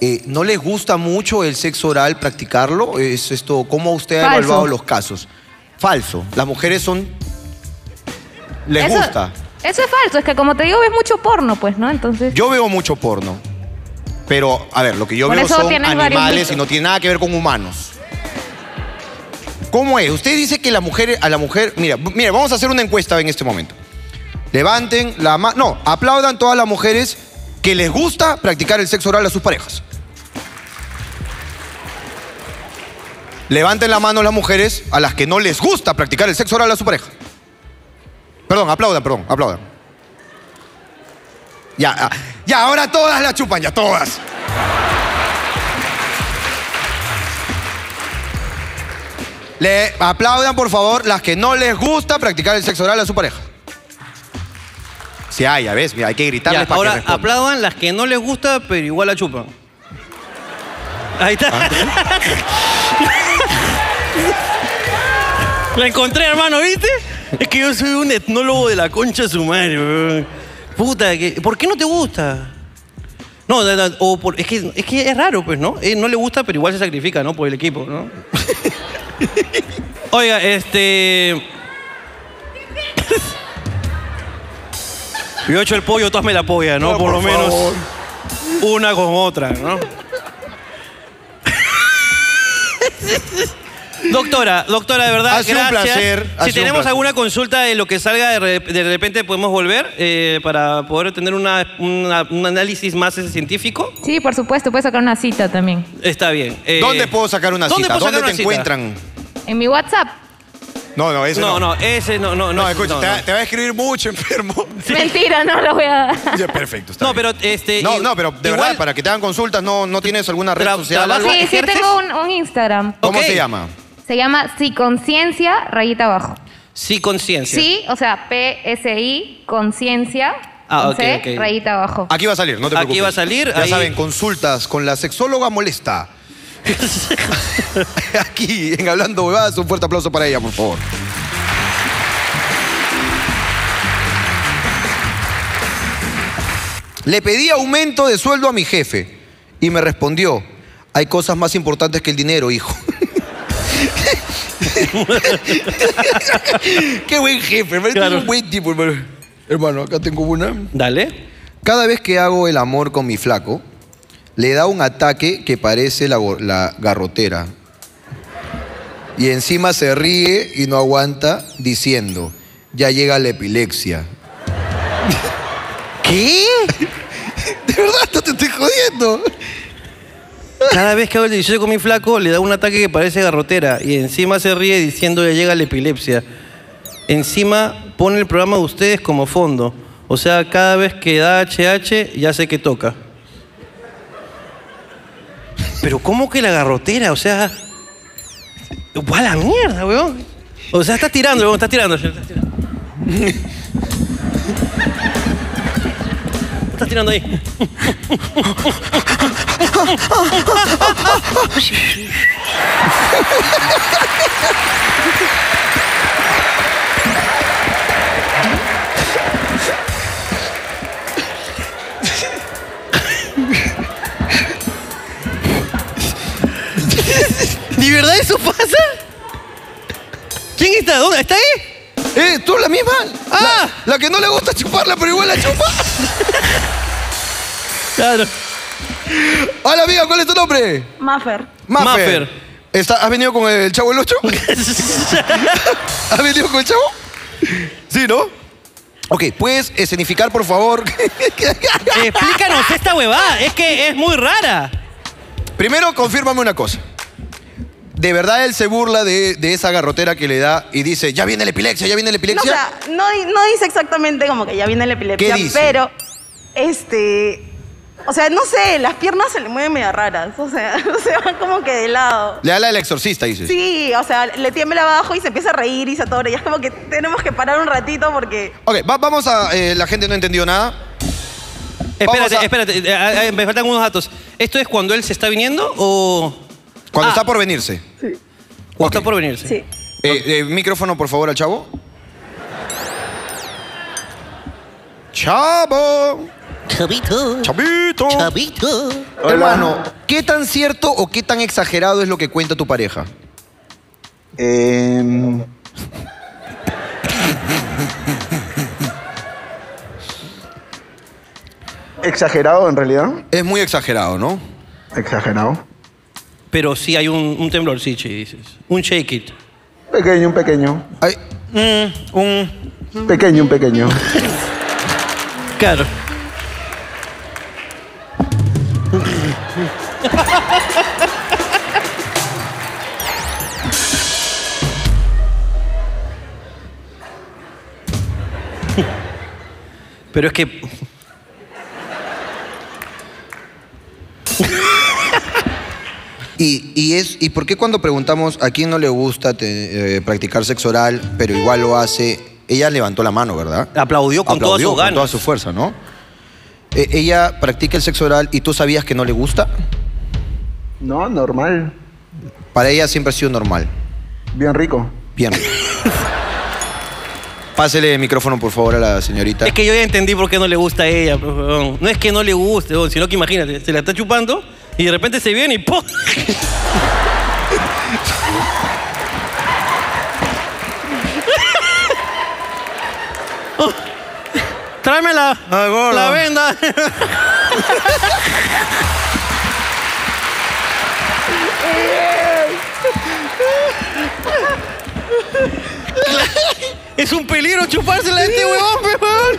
Speaker 1: eh, ¿No les gusta mucho el sexo oral practicarlo? ¿Es esto, ¿Cómo usted ha
Speaker 17: Falso.
Speaker 1: evaluado los casos? Falso. Las mujeres son. Les
Speaker 17: Eso-
Speaker 1: gusta.
Speaker 17: Eso es falso, es que como te digo, ves mucho porno, pues, ¿no? Entonces.
Speaker 1: Yo veo mucho porno. Pero, a ver, lo que yo
Speaker 17: Por
Speaker 1: veo
Speaker 17: eso
Speaker 1: son
Speaker 17: tienes varios
Speaker 1: animales
Speaker 17: mitos.
Speaker 1: y no tiene nada que ver con humanos. ¿Cómo es? Usted dice que la mujer, a la mujer, mira, b- mira, vamos a hacer una encuesta en este momento. Levanten la mano, no, aplaudan todas las mujeres que les gusta practicar el sexo oral a sus parejas. Levanten la mano las mujeres a las que no les gusta practicar el sexo oral a su pareja. Perdón, aplaudan, perdón, aplaudan. Ya, ah, ya, ahora todas la chupan, ya todas. Le aplaudan, por favor, las que no les gusta practicar el sexo oral a su pareja. Si hay, ya ves, mira, hay que gritarles
Speaker 2: Ya,
Speaker 1: para
Speaker 2: ahora
Speaker 1: que respondan.
Speaker 2: aplaudan las que no les gusta, pero igual la chupan. Ahí
Speaker 1: ¿Ah,
Speaker 2: está. La encontré, hermano, ¿viste? Es que yo soy un etnólogo de la concha de su madre, weón. Puta, que- ¿por qué no te gusta? No, da- da- o por- es, que, es que es raro, pues, ¿no? Eh, no le gusta, pero igual se sacrifica, ¿no? Por el equipo, ¿no? Oiga, este... Yo echo el pollo, tú hazme la polla, ¿no? por, lo menos una con otra, ¿no? Doctora, doctora, de verdad,
Speaker 1: Ha sido un
Speaker 2: gracias.
Speaker 1: placer, ha
Speaker 2: Si
Speaker 1: sido un
Speaker 2: tenemos
Speaker 1: placer.
Speaker 2: alguna consulta de lo que salga, de, re- de repente podemos volver eh, para poder tener una- una- un análisis más eh, científico.
Speaker 17: Sí, por supuesto, puedes sacar una cita también.
Speaker 2: Está bien. eh,
Speaker 1: ¿Dónde puedo sacar una
Speaker 2: ¿dónde
Speaker 1: cita?
Speaker 2: puedo sacar
Speaker 1: ¿Dónde
Speaker 2: una
Speaker 1: te
Speaker 2: cita?
Speaker 1: encuentran?
Speaker 17: En mi WhatsApp.
Speaker 1: No, no,
Speaker 2: No, no, ese no, no, no.
Speaker 1: No, escucha, te va- te
Speaker 2: va a escribir mucho, enfermo.
Speaker 17: Mentira, no lo voy a.
Speaker 1: perfecto.
Speaker 2: No, pero este.
Speaker 1: No, no, pero de verdad, para que te hagan consultas, ¿no, no tienes alguna red social? algo?
Speaker 17: Sí, sí, tengo un, un Instagram.
Speaker 1: ¿Cómo se llama?
Speaker 17: Se llama Si Conciencia, rayita abajo.
Speaker 2: Sí, conciencia.
Speaker 17: Sí, o sea, PSI, conciencia,
Speaker 1: Ah,
Speaker 17: con
Speaker 1: ok,
Speaker 17: C,
Speaker 1: ok.
Speaker 17: rayita abajo.
Speaker 1: Aquí va a salir, no te
Speaker 2: Aquí
Speaker 1: preocupes.
Speaker 2: va a salir,
Speaker 1: Ya
Speaker 2: ahí-
Speaker 1: saben, consultas con la sexóloga molesta. Aquí, en Hablando Huevadas, un fuerte aplauso para ella, por favor. Le pedí aumento de sueldo a mi jefe y me respondió, hay cosas más importantes que el dinero, hijo. Qué buen jefe, hermano. Este es un buen tipo, hermano. Hermano, acá tengo una.
Speaker 2: Dale.
Speaker 1: Cada vez que hago el amor con mi flaco, le da un ataque que parece la, go- la garrotera. Y encima se ríe y no aguanta diciendo, ya llega la epilepsia. ¿Qué? De verdad, no te estoy jodiendo.
Speaker 2: Cada vez que hago el 18 con mi flaco, le da un ataque que parece garrotera y encima se ríe diciendo que llega la epilepsia. Encima pone el programa de ustedes como fondo. O sea, cada vez que da HH, ya sé que toca. Pero ¿cómo que la garrotera? O sea... ¡Va a la mierda, weón! O sea, estás tirando, weón, estás tirando. Estás tirando, estás tirando ahí. ¿De verdad eso pasa? ¿Quién está? ¿Dónde? ¿Está ahí?
Speaker 1: Eh, tú la misma.
Speaker 2: ¡Ah!
Speaker 1: La, que no le gusta chuparla, pero igual la chupa.
Speaker 2: Claro.
Speaker 1: Hola, amiga, ¿cuál es tu nombre?
Speaker 18: Maffer.
Speaker 1: Maffer. Está- ¿Has venido con el chavo el 8? ¿Has venido con el chavo? Sí, ¿no? Ok, ¿puedes escenificar, por favor?
Speaker 2: Explícanos esta huevada, es que es muy rara.
Speaker 1: Primero, confírmame una cosa. De verdad él se burla de, de esa garrotera que le da y dice, ya viene la epilepsia, ya viene la
Speaker 14: No, o
Speaker 1: epilepsia.
Speaker 14: sea, no, di- no dice exactamente como que ya viene la epilepsia,
Speaker 1: ¿Qué dice?
Speaker 14: pero este. O sea, no sé, las piernas se le mueven medio raras. O sea, se van como que de lado.
Speaker 1: Le habla el exorcista, dice.
Speaker 14: Sí, o sea, le tiembla abajo y se empieza a reír y se atora. Y es como que tenemos que parar un ratito porque.
Speaker 1: Ok, va- vamos a... eh, la gente no entendió nada.
Speaker 2: Espérate, espérate, eh, ah, ah, me faltan unos datos. ¿Esto es cuando él se está viniendo o...? Ah.
Speaker 1: Cuando está por venirse.
Speaker 2: Cuando está por venirse.
Speaker 14: Sí.
Speaker 1: Eh, eh, micrófono, por favor, al chavo. Chavo.
Speaker 2: Chavito.
Speaker 1: Chavito.
Speaker 2: Chavito.
Speaker 1: Hermano, ¿qué tan cierto o qué tan exagerado es lo que cuenta tu pareja?
Speaker 19: Em,
Speaker 1: Exagerado, en realidad. Es muy exagerado, ¿no?
Speaker 19: Exagerado.
Speaker 2: Pero sí hay un, un temblor, sí, che, dices. Un shake it.
Speaker 19: Pequeño, un pequeño.
Speaker 2: Mm, un...
Speaker 19: Pequeño, un pequeño.
Speaker 2: Claro. Pero es que...
Speaker 1: Y, y es, ¿Y por qué cuando preguntamos a quién no le gusta te- eh, practicar sexo oral, pero igual lo hace? Ella levantó la mano, ¿verdad?
Speaker 2: Aplaudió con todas sus
Speaker 1: con
Speaker 2: ganas.
Speaker 1: toda su fuerza, ¿no? Eh, ella practica el sexo oral y tú sabías que no le gusta.
Speaker 19: No, normal.
Speaker 1: Para ella siempre ha sido normal.
Speaker 19: Bien rico.
Speaker 1: Bien. Pásele el micrófono, por favor, a la señorita.
Speaker 2: Es que yo ya entendí por qué no le gusta a ella, pues, huevón. No es que no le guste, huevón, sino que imagínate, se la está chupando y de repente se viene y ¡pum! Oh, Tráeme la,
Speaker 1: Ah,
Speaker 2: la venda. Es un peligro chupársela a este huevón, pe, huevón.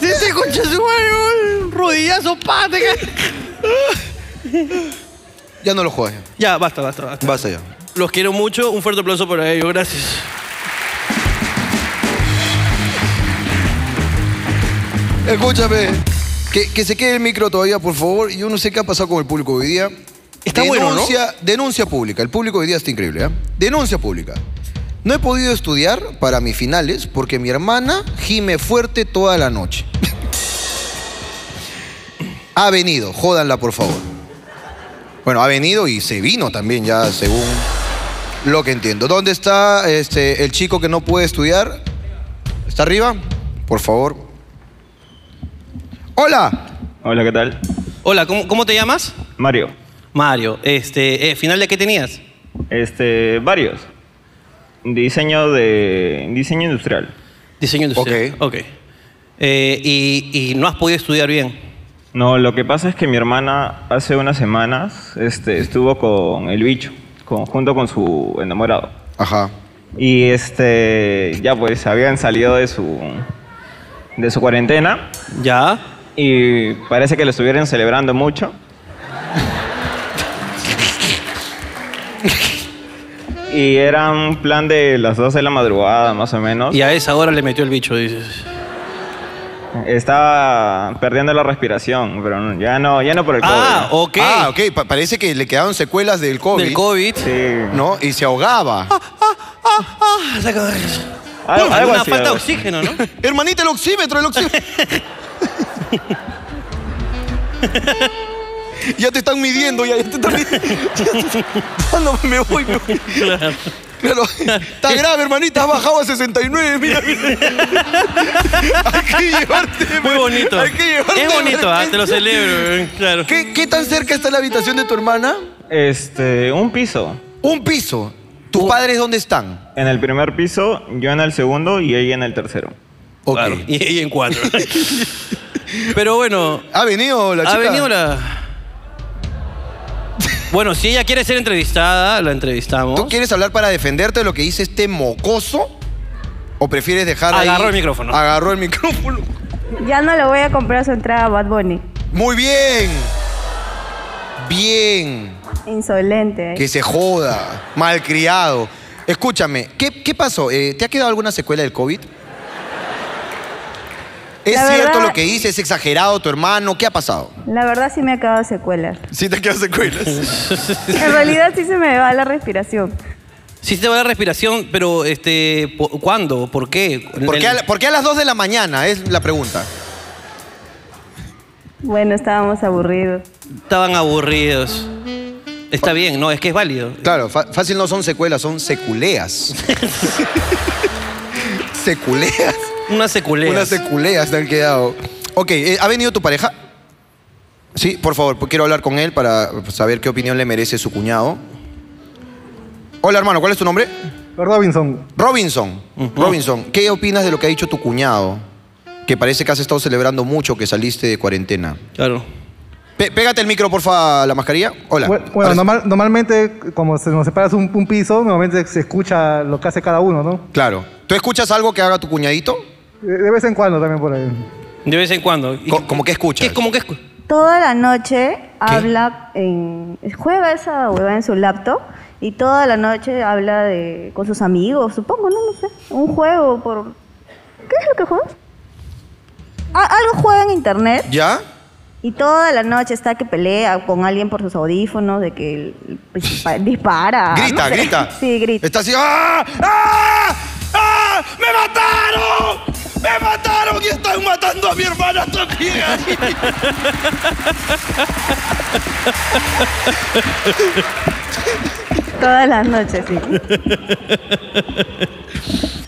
Speaker 2: Si este concha su madre, huevón, rodillazo, pate.
Speaker 1: Ya no lo juegas.
Speaker 2: Ya, basta, basta, basta.
Speaker 1: Basta ya.
Speaker 2: Los quiero mucho, un fuerte aplauso para ellos, gracias.
Speaker 1: Escúchame. Que, que se quede el micro todavía, por favor. Yo no sé qué ha pasado con el público hoy día.
Speaker 2: Está bueno, ¿no?
Speaker 1: denuncia, Denuncia pública. El público hoy día está increíble, ¿ah? Denuncia pública. No he podido estudiar para mis finales porque mi hermana gime fuerte toda la noche. ha venido, jódanla, por favor. Bueno, ha venido y se vino también, ya según lo que entiendo. ¿Dónde está este, el chico que no puede estudiar? ¿Está arriba? Por favor. ¡Hola!
Speaker 20: Hola, ¿qué tal?
Speaker 2: Hola, ¿cómo, cómo te llamas?
Speaker 20: Mario.
Speaker 2: Mario, este, eh, ¿final de qué tenías?
Speaker 20: Este, varios. Diseño de. Diseño industrial.
Speaker 2: Diseño industrial. Ok. Eh, y, y no has podido estudiar bien.
Speaker 20: No, lo que pasa es que mi hermana hace unas semanas este, estuvo con el bicho, con- junto con su enamorado.
Speaker 1: Ajá.
Speaker 20: Y este. Ya pues habían salido de su. de su cuarentena.
Speaker 2: Ya.
Speaker 20: Y parece que lo estuvieron celebrando mucho. Y era un plan de las 2 de la madrugada, más o menos.
Speaker 2: Y a esa hora le metió el bicho, dices.
Speaker 20: Estaba perdiendo la respiración, pero no- ya no, ya no por el COVID.
Speaker 2: Ah, ok.
Speaker 1: Ah, ok. Pa- parece que le quedaron secuelas del COVID.
Speaker 20: Del
Speaker 2: COVID.
Speaker 20: Sí.
Speaker 1: ¿No? Y se ahogaba.
Speaker 2: Ah, ah, saca-
Speaker 1: Algo- algo
Speaker 2: Una
Speaker 1: así,
Speaker 2: falta de
Speaker 1: algo así.
Speaker 2: oxígeno, ¿no?
Speaker 1: Hermanita, el oxímetro, el oxímetro. ya te están midiendo, ya, ya te están midiendo. Ah, no, me voy, me voy.
Speaker 2: Claro.
Speaker 1: Está grave, hermanita, has bajado a 69, mira, mira. Hay que llevarte. pues.
Speaker 2: Muy bonito.
Speaker 1: Hay que llevarte.
Speaker 2: Es bonito, ah, te lo celebro, eh, claro.
Speaker 1: ¿Qué, qué tan cerca está la habitación de tu hermana?
Speaker 20: Este, un piso.
Speaker 1: Un piso. ¿Tus padres dónde están?
Speaker 20: En el primer piso, yo en el segundo y ella en el tercero.
Speaker 2: Claro, Y, y en cuatro. Pero bueno.
Speaker 1: ¿Ha venido la
Speaker 2: Ha
Speaker 1: chica?
Speaker 2: venido la. Bueno, si ella quiere ser entrevistada, la entrevistamos.
Speaker 1: ¿Tú quieres hablar para defenderte de lo que dice este mocoso? ¿O prefieres dejar ahí-
Speaker 2: Agarró el micrófono.
Speaker 1: Agarró el micrófono.
Speaker 18: Ya no le voy a comprar su entrada a Bad Bunny.
Speaker 1: Muy bien.
Speaker 21: eh.
Speaker 1: Bien.
Speaker 18: Insolente.
Speaker 1: Que se joda. Malcriado. Escúchame, ¿qué, qué pasó? Eh, ¿Te ha quedado alguna secuela del COVID? ¿Es
Speaker 18: La
Speaker 1: cierto
Speaker 18: verdad-
Speaker 1: lo que dice? ¿Es exagerado tu hermano? ¿Qué ha pasado?
Speaker 18: La verdad sí me ha quedado secuelas.
Speaker 1: Sí, te quedan secuelas.
Speaker 18: En realidad sí se me va la respiración.
Speaker 2: Sí te va la respiración, pero este, po- ¿cuándo? ¿Por qué?
Speaker 1: ¿Por qué, a,
Speaker 2: El-
Speaker 1: la- por qué a las 2 de la mañana? Es la pregunta.
Speaker 18: Bueno, estábamos aburridos.
Speaker 2: Estaban aburridos. Está bien, no, es que es válido.
Speaker 1: Claro, fa- fácil no son secuelas, son seculeas. seculeas.
Speaker 2: Unas seculeas.
Speaker 1: Unas seculeas te han quedado. Ok, eh, ¿ha venido tu pareja? Sí, por favor, pues, quiero hablar con él para saber qué opinión le merece su cuñado. Hola, hermano, ¿cuál es tu nombre?
Speaker 22: Robinson.
Speaker 1: Robinson. Robinson, ¿qué opinas de lo que ha dicho tu cuñado? Que parece que has estado celebrando mucho que saliste de cuarentena.
Speaker 2: Claro.
Speaker 1: Pe- pégate el micro, porfa, a la mascarilla. Hola.
Speaker 22: Bue- Bueno, normal- normalmente, como se nos separas un, un piso, normalmente se escucha lo que hace cada uno, ¿no?
Speaker 1: Claro. ¿Tú escuchas algo que haga tu cuñadito?
Speaker 22: De de vez en cuando también por ahí.
Speaker 2: De vez en cuando.
Speaker 1: ¿Cómo que escuchas?
Speaker 2: ¿Cómo que
Speaker 21: Toda la noche habla en. juega esa hueva en su laptop y toda la noche habla de. con sus amigos, supongo, no, no sé. Un juego por. ¿Qué es lo que juegas? A- algo juega en internet
Speaker 1: ¿Ya?
Speaker 21: y toda la noche está que pelea con alguien por sus audífonos, de que pues, pa- dispara. no
Speaker 1: Grita,
Speaker 21: sé.
Speaker 1: grita. ¡ah!
Speaker 21: Sí, grita.
Speaker 1: Está así. ¡Ah! ¡Ah! ¡Ah! ¡Me mataron!
Speaker 4: ¡Me mataron y están matando a mi hermana también!
Speaker 21: Todas las noches, sí.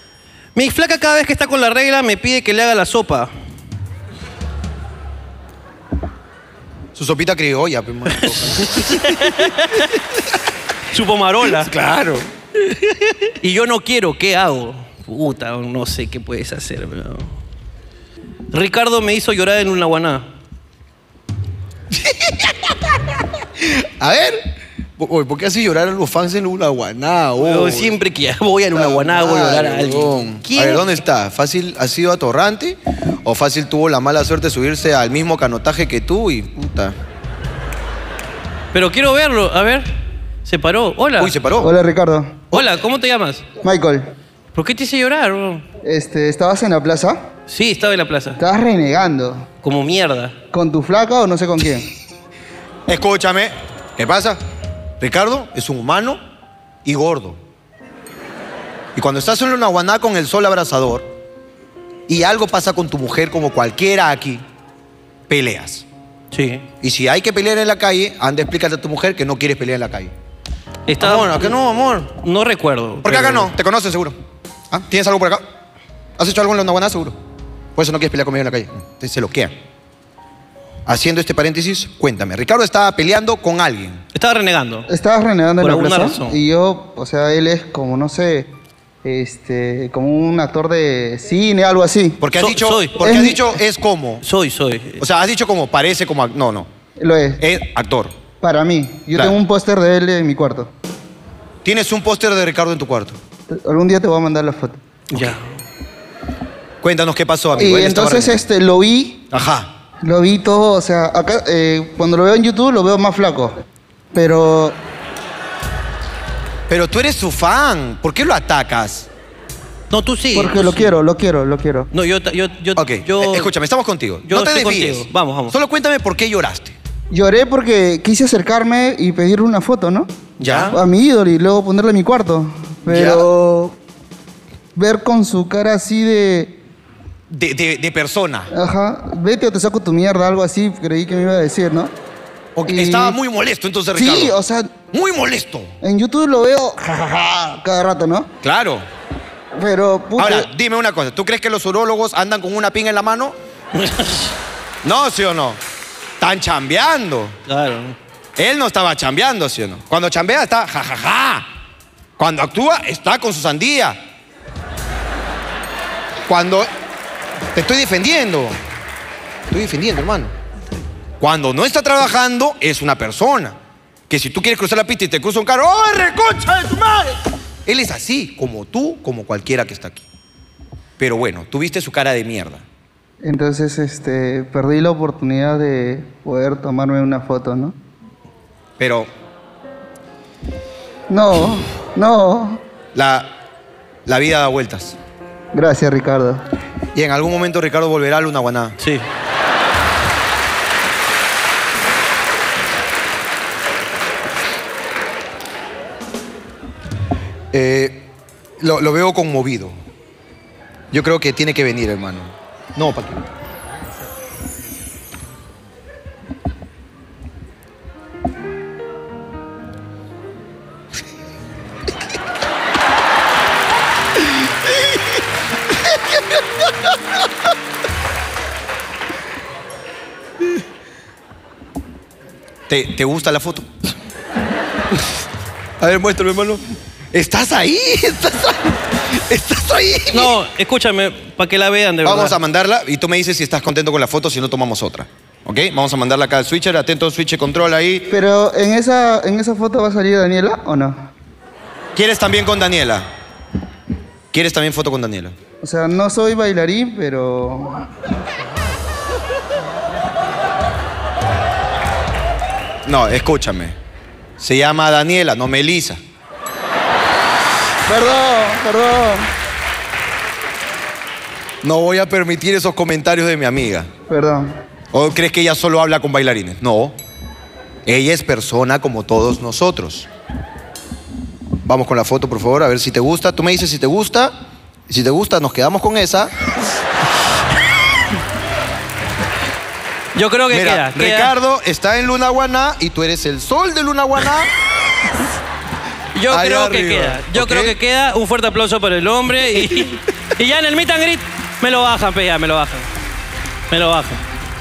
Speaker 2: Mi flaca cada vez que está con la regla me pide que le haga la sopa.
Speaker 1: Su sopita criolla, pues, pe, mano.
Speaker 2: Su pomarola.
Speaker 4: Claro.
Speaker 2: Y yo no quiero, ¿qué hago? Puta, no sé qué puedes hacer, bro. Ricardo me hizo llorar en una guaná.
Speaker 4: A ver. Oye, ¿por qué así llorar a los fans en una guaná?
Speaker 2: Huevón, siempre que voy a una guaná voy a llorar a alguien. ¿Quién?
Speaker 1: A ver, ¿dónde está? ¿Fácil ha sido atorrante? ¿O fácil tuvo la mala suerte de subirse al mismo canotaje que tú y puta?
Speaker 2: Pero quiero verlo, a ver. Se paró. Hola.
Speaker 1: Uy, se paró.
Speaker 19: Hola Ricardo.
Speaker 2: Hola, ¿cómo te llamas?
Speaker 19: Michael,
Speaker 2: ¿Por qué te hice llorar, bro?
Speaker 19: este, ¿estabas en la plaza?
Speaker 2: Sí, estaba en la plaza.
Speaker 19: Estabas renegando.
Speaker 2: Como mierda.
Speaker 19: ¿Con tu flaca o no sé con quién?
Speaker 1: Escúchame. ¿Qué pasa? Ricardo es un humano y gordo. Y cuando estás en una guaná con el sol abrasador y algo pasa con tu mujer como cualquiera aquí, peleas.
Speaker 2: Sí.
Speaker 1: Y si hay que pelear en la calle, anda, explícate a tu mujer que no quieres pelear en la calle.
Speaker 2: Estaba...
Speaker 1: Amor, acá no, amor.
Speaker 2: No recuerdo.
Speaker 1: Porque acá
Speaker 2: pero-
Speaker 1: no, te conocen seguro. ¿Ah? ¿Tienes algo por acá? ¿Has hecho algo en la guaná seguro? Por eso no quieres pelear conmigo en la calle. Te se loquea. Haciendo este paréntesis, cuéntame. Ricardo estaba peleando con alguien.
Speaker 2: Estaba renegando.
Speaker 19: Estabas renegando
Speaker 2: Por
Speaker 19: en la
Speaker 2: alguna
Speaker 19: plaza.
Speaker 2: razón.
Speaker 19: Y yo, o sea, él es como, no sé, este, como un actor de cine, algo así.
Speaker 1: Porque has
Speaker 19: So-
Speaker 1: dicho,
Speaker 19: soy.
Speaker 1: porque
Speaker 19: Es
Speaker 1: has
Speaker 19: mi-
Speaker 1: dicho es como.
Speaker 2: Soy, soy.
Speaker 1: O sea, has dicho como parece como. ac- No, no.
Speaker 19: Lo es,
Speaker 1: Es actor.
Speaker 19: para mí. Yo
Speaker 1: Claro.
Speaker 19: tengo un póster de él en mi cuarto.
Speaker 1: Tienes un póster de Ricardo en tu cuarto.
Speaker 19: Te- Algún día te voy a mandar la foto.
Speaker 2: Ya.
Speaker 1: Cuéntanos qué pasó,
Speaker 19: Y
Speaker 1: amigo. Él estaba
Speaker 19: entonces
Speaker 1: renegando.
Speaker 19: este, lo vi,
Speaker 1: Ajá.
Speaker 19: lo vi todo, o sea, acá, eh, cuando lo veo en YouTube lo veo más flaco. Pero
Speaker 1: Pero tú eres su fan. ¿Por qué lo atacas?
Speaker 2: No, tú sí.
Speaker 19: porque lo quiero, lo quiero, lo quiero.
Speaker 2: No, yo, ta- yo, yo, yo-
Speaker 1: Eh, Escúchame, estamos contigo.
Speaker 2: Yo
Speaker 1: no te
Speaker 2: estoy
Speaker 1: desvíes.
Speaker 2: contigo. Vamos, vamos.
Speaker 1: Solo cuéntame por qué lloraste.
Speaker 19: Lloré porque quise acercarme y pedirle una foto, ¿no?
Speaker 1: Ya.
Speaker 19: A mi ídolo y luego ponerle en mi cuarto. Pero ver con su cara así de,
Speaker 1: De, de- de persona.
Speaker 19: ajá, vete o te saco tu mierda, algo así, creí que me iba a decir, ¿no?
Speaker 1: Porque
Speaker 19: Y-
Speaker 1: Estaba muy molesto entonces, Ricardo.
Speaker 19: Sí, o sea,
Speaker 1: Muy molesto.
Speaker 19: en YouTube lo veo jajaja, cada rato, ¿no?
Speaker 1: Claro.
Speaker 19: Pero, puta,
Speaker 1: Ahora, dime una cosa. ¿Tú crees que los urólogos andan con una pinga en la mano? no, ¿sí o no? Están chambeando.
Speaker 2: Claro.
Speaker 1: Él no estaba chambeando, ¿sí o no? Cuando chambea está jajaja. Cuando actúa está con su sandía. Cuando. Te estoy defendiendo. Te estoy defendiendo, hermano. Cuando no está trabajando, es una persona. Que si tú quieres cruzar la pista y te cruza un carro, ¡oh, reconcha de tu madre! Él es así, como tú, como cualquiera que está aquí. Pero bueno, tuviste su cara de mierda.
Speaker 19: entonces este, perdí la oportunidad de poder tomarme una foto, ¿no?
Speaker 1: Pero
Speaker 19: No, no.
Speaker 1: la, la vida da vueltas.
Speaker 19: Gracias, Ricardo.
Speaker 1: Y en algún momento Ricardo volverá a Luna Guaná.
Speaker 2: Sí.
Speaker 1: Eh, lo, lo veo conmovido. Yo creo que tiene que venir, hermano. No, Paqui. ¿Te, ¿Te gusta la foto? A ver, muéstrame, hermano. ¿Estás ahí? ¿Estás ahí? ¿Estás ahí?
Speaker 2: No, escúchame, para que la vean de verdad.
Speaker 1: Vamos a mandarla y tú me dices si estás contento con la foto, si no tomamos otra. ¿Ok? Vamos a mandarla acá al switcher, atento, switcher control ahí.
Speaker 19: Pero en esa, en esa foto va a salir Daniela o no?
Speaker 1: ¿Quieres también con Daniela? ¿Quieres también foto con Daniela?
Speaker 19: O sea, no soy bailarín, pero
Speaker 1: No, escúchame. Se llama Daniela, no Melisa.
Speaker 19: Perdón, perdón.
Speaker 1: No voy a permitir esos comentarios de mi amiga.
Speaker 19: Perdón.
Speaker 1: ¿O crees que ella solo habla con bailarines? No. Ella es persona como todos nosotros. Vamos con la foto, por favor, a ver si te gusta. Tú me dices si te gusta Si te gusta, nos quedamos con esa.
Speaker 2: Yo creo que
Speaker 1: Mira,
Speaker 2: queda, queda.
Speaker 1: Ricardo está en Luna Guaná y tú eres el sol de Luna Guaná.
Speaker 2: Yo
Speaker 1: Ahí
Speaker 2: creo que
Speaker 1: arriba,
Speaker 2: queda. Yo
Speaker 1: ¿ok?
Speaker 2: creo que queda. Un fuerte aplauso para el hombre. Y, y ya en el meet and greet me lo bajan, pe, ya, me lo bajan. Me lo bajan.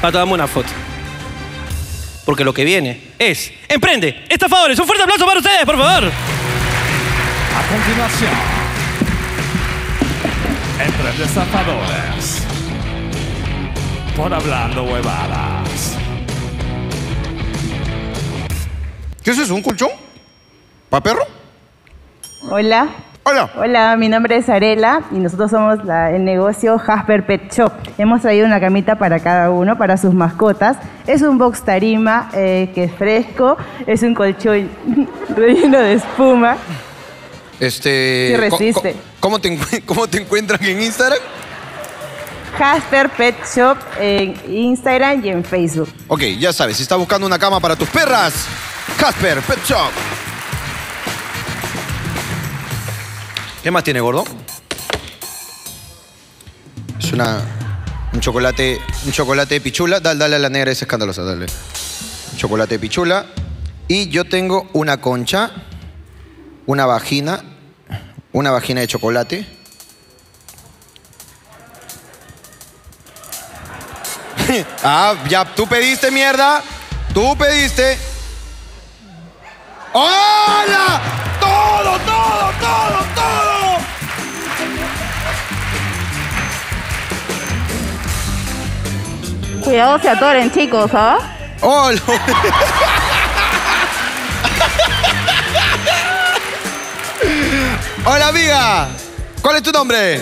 Speaker 2: Para tomarme una foto. Porque lo que viene es... ¡Emprende! ¡Estafadores! ¡Un fuerte aplauso para ustedes, por favor!
Speaker 23: A continuación, entre desafiadores por hablando huevadas.
Speaker 4: ¿Qué es eso? ¿Un colchón? ¿Para perro?
Speaker 18: Hola.
Speaker 4: Hola.
Speaker 18: Hola, mi nombre es Arela y nosotros somos la- el negocio Jasper Pet Shop. Hemos traído una camita para cada uno, para sus mascotas. Es un box tarima eh, que es fresco, es un colchón relleno de espuma.
Speaker 1: Este.
Speaker 18: Sí,
Speaker 1: co- co-
Speaker 18: resiste.
Speaker 1: ¿cómo, te encu- ¿Cómo te encuentran en Instagram?
Speaker 18: Jasper Pet Shop en Instagram y en Facebook.
Speaker 1: Ok, ya sabes, si estás buscando una cama para tus perras, Casper Pet Shop. ¿Qué más tiene, gordo? Es una. Un chocolate. Un chocolate de pichula. Dale, dale a la negra, es escandalosa, dale. Un chocolate de pichula. Y yo tengo una concha, una vagina, una vagina de chocolate. ah, ya, tú pediste mierda. Tú pediste. ¡Hola! ¡Todo, todo, todo, todo!
Speaker 18: Cuidado se atoren, chicos, ¿ah?
Speaker 1: ¡Hola! Hola, amiga. ¿Cuál es tu nombre?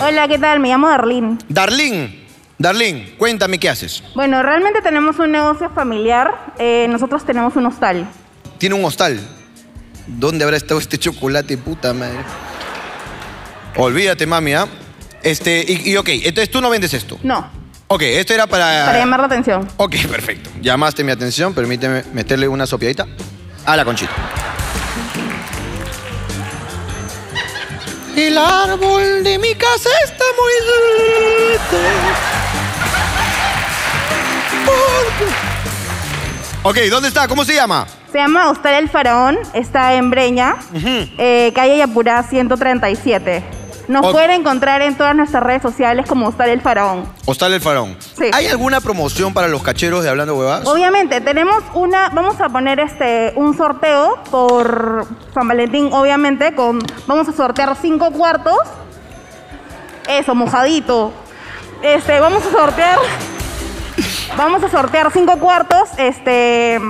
Speaker 18: Hola, ¿qué tal? Me llamo Darlene.
Speaker 1: Darlene. Darlene, cuéntame qué haces.
Speaker 18: Bueno, realmente tenemos un negocio familiar. Eh, nosotros tenemos un hostal.
Speaker 1: Tiene un hostal. ¿Dónde habrá estado este chocolate, puta madre? Olvídate, mami, ¿ah? Este, y, y ok, entonces tú no vendes esto.
Speaker 18: No,
Speaker 1: Ok, esto era para.
Speaker 18: para llamar la atención.
Speaker 1: Ok, perfecto. Llamaste mi atención, permíteme meterle una sopiadita a la conchita. El árbol de mi casa está muy Ok, ¿dónde está? ¿Cómo se llama?
Speaker 18: Se llama Hostal El Faraón, está en Breña, eh, calle Yapurá 137. Nos
Speaker 1: Ok.
Speaker 18: pueden encontrar en todas nuestras redes sociales como Hostal El Faraón.
Speaker 1: Hostal El Farón.
Speaker 18: Sí.
Speaker 1: ¿Hay alguna promoción para los cacheros de Hablando Huevadas?
Speaker 18: Obviamente, tenemos una, vamos a poner este un sorteo por San Valentín, obviamente, con vamos a sortear cinco cuartos. Eso, mojadito. Este, vamos a sortear. Vamos a sortear cinco cuartos, este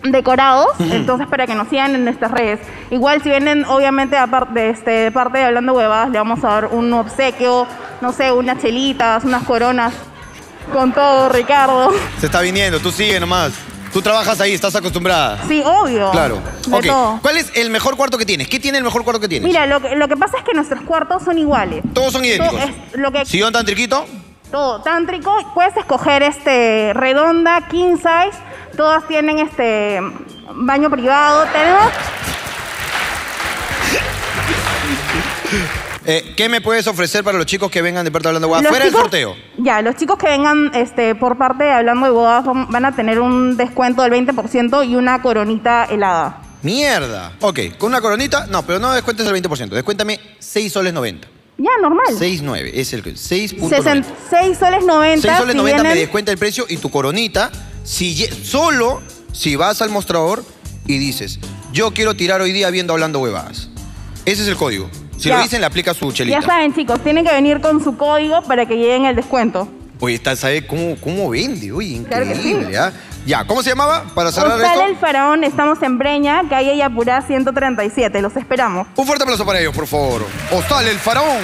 Speaker 18: decorados,
Speaker 6: Ujú.
Speaker 18: entonces para que nos sigan en nuestras redes. Igual si vienen, obviamente, aparte de, este, de parte de Hablando Huevadas, le vamos a dar un obsequio, no sé, unas chelitas, unas coronas, con todo, Ricardo.
Speaker 1: Se está viniendo, tú sigue nomás. Tú trabajas ahí, estás acostumbrada.
Speaker 18: Sí, obvio.
Speaker 1: Claro.
Speaker 18: De
Speaker 1: ok.
Speaker 18: todo.
Speaker 1: ¿Cuál es el mejor cuarto que tienes? ¿Qué tiene el mejor cuarto que tienes?
Speaker 18: Mira, lo que, lo que pasa es que nuestros cuartos son iguales.
Speaker 1: Todos son idénticos.
Speaker 18: Todo, es lo que,
Speaker 1: ¿Sillón tan triquito?
Speaker 18: todo tántrico. Puedes escoger este redonda, king size. Todas tienen este baño privado. Tenemos
Speaker 1: Eh, ¿Qué me puedes ofrecer para los chicos que vengan de parte de Hablando Huevadas?
Speaker 18: Los
Speaker 1: Fuera del
Speaker 18: chicos-
Speaker 1: sorteo.
Speaker 18: Ya, los chicos que vengan este, por parte de Hablando de Bodas van van a tener un descuento del 20% y una coronita helada.
Speaker 1: Mierda. Ok, con una coronita. No, pero no descuentes el 20%. Descuéntame 6 soles 90.
Speaker 18: Ya, normal.
Speaker 1: 6,9 es el 6.90.
Speaker 18: 6 soles 90.
Speaker 1: 6 soles
Speaker 18: si
Speaker 1: 90 me
Speaker 18: vienen-
Speaker 1: descuenta el precio y tu coronita, si lle- solo si vas al mostrador y dices, yo quiero tirar hoy día viendo hablando huevadas. Ese es el código. Si lo
Speaker 18: Ya.
Speaker 1: dicen, le aplica su chelita.
Speaker 18: Ya saben, chicos, tienen que venir con su código para que lleguen el descuento.
Speaker 1: Oye, está, ¿sabe cómo, cómo vende? Oye,
Speaker 18: Claro que sí.
Speaker 1: increíble, ¿ah? Ya, ¿cómo se llamaba? Para cerrar
Speaker 18: Hostal El
Speaker 1: esto.
Speaker 18: Faraón, estamos en Breña, calle Yapurá 137. Los esperamos.
Speaker 1: Un fuerte aplauso para ellos, por favor. Hostal El Faraón.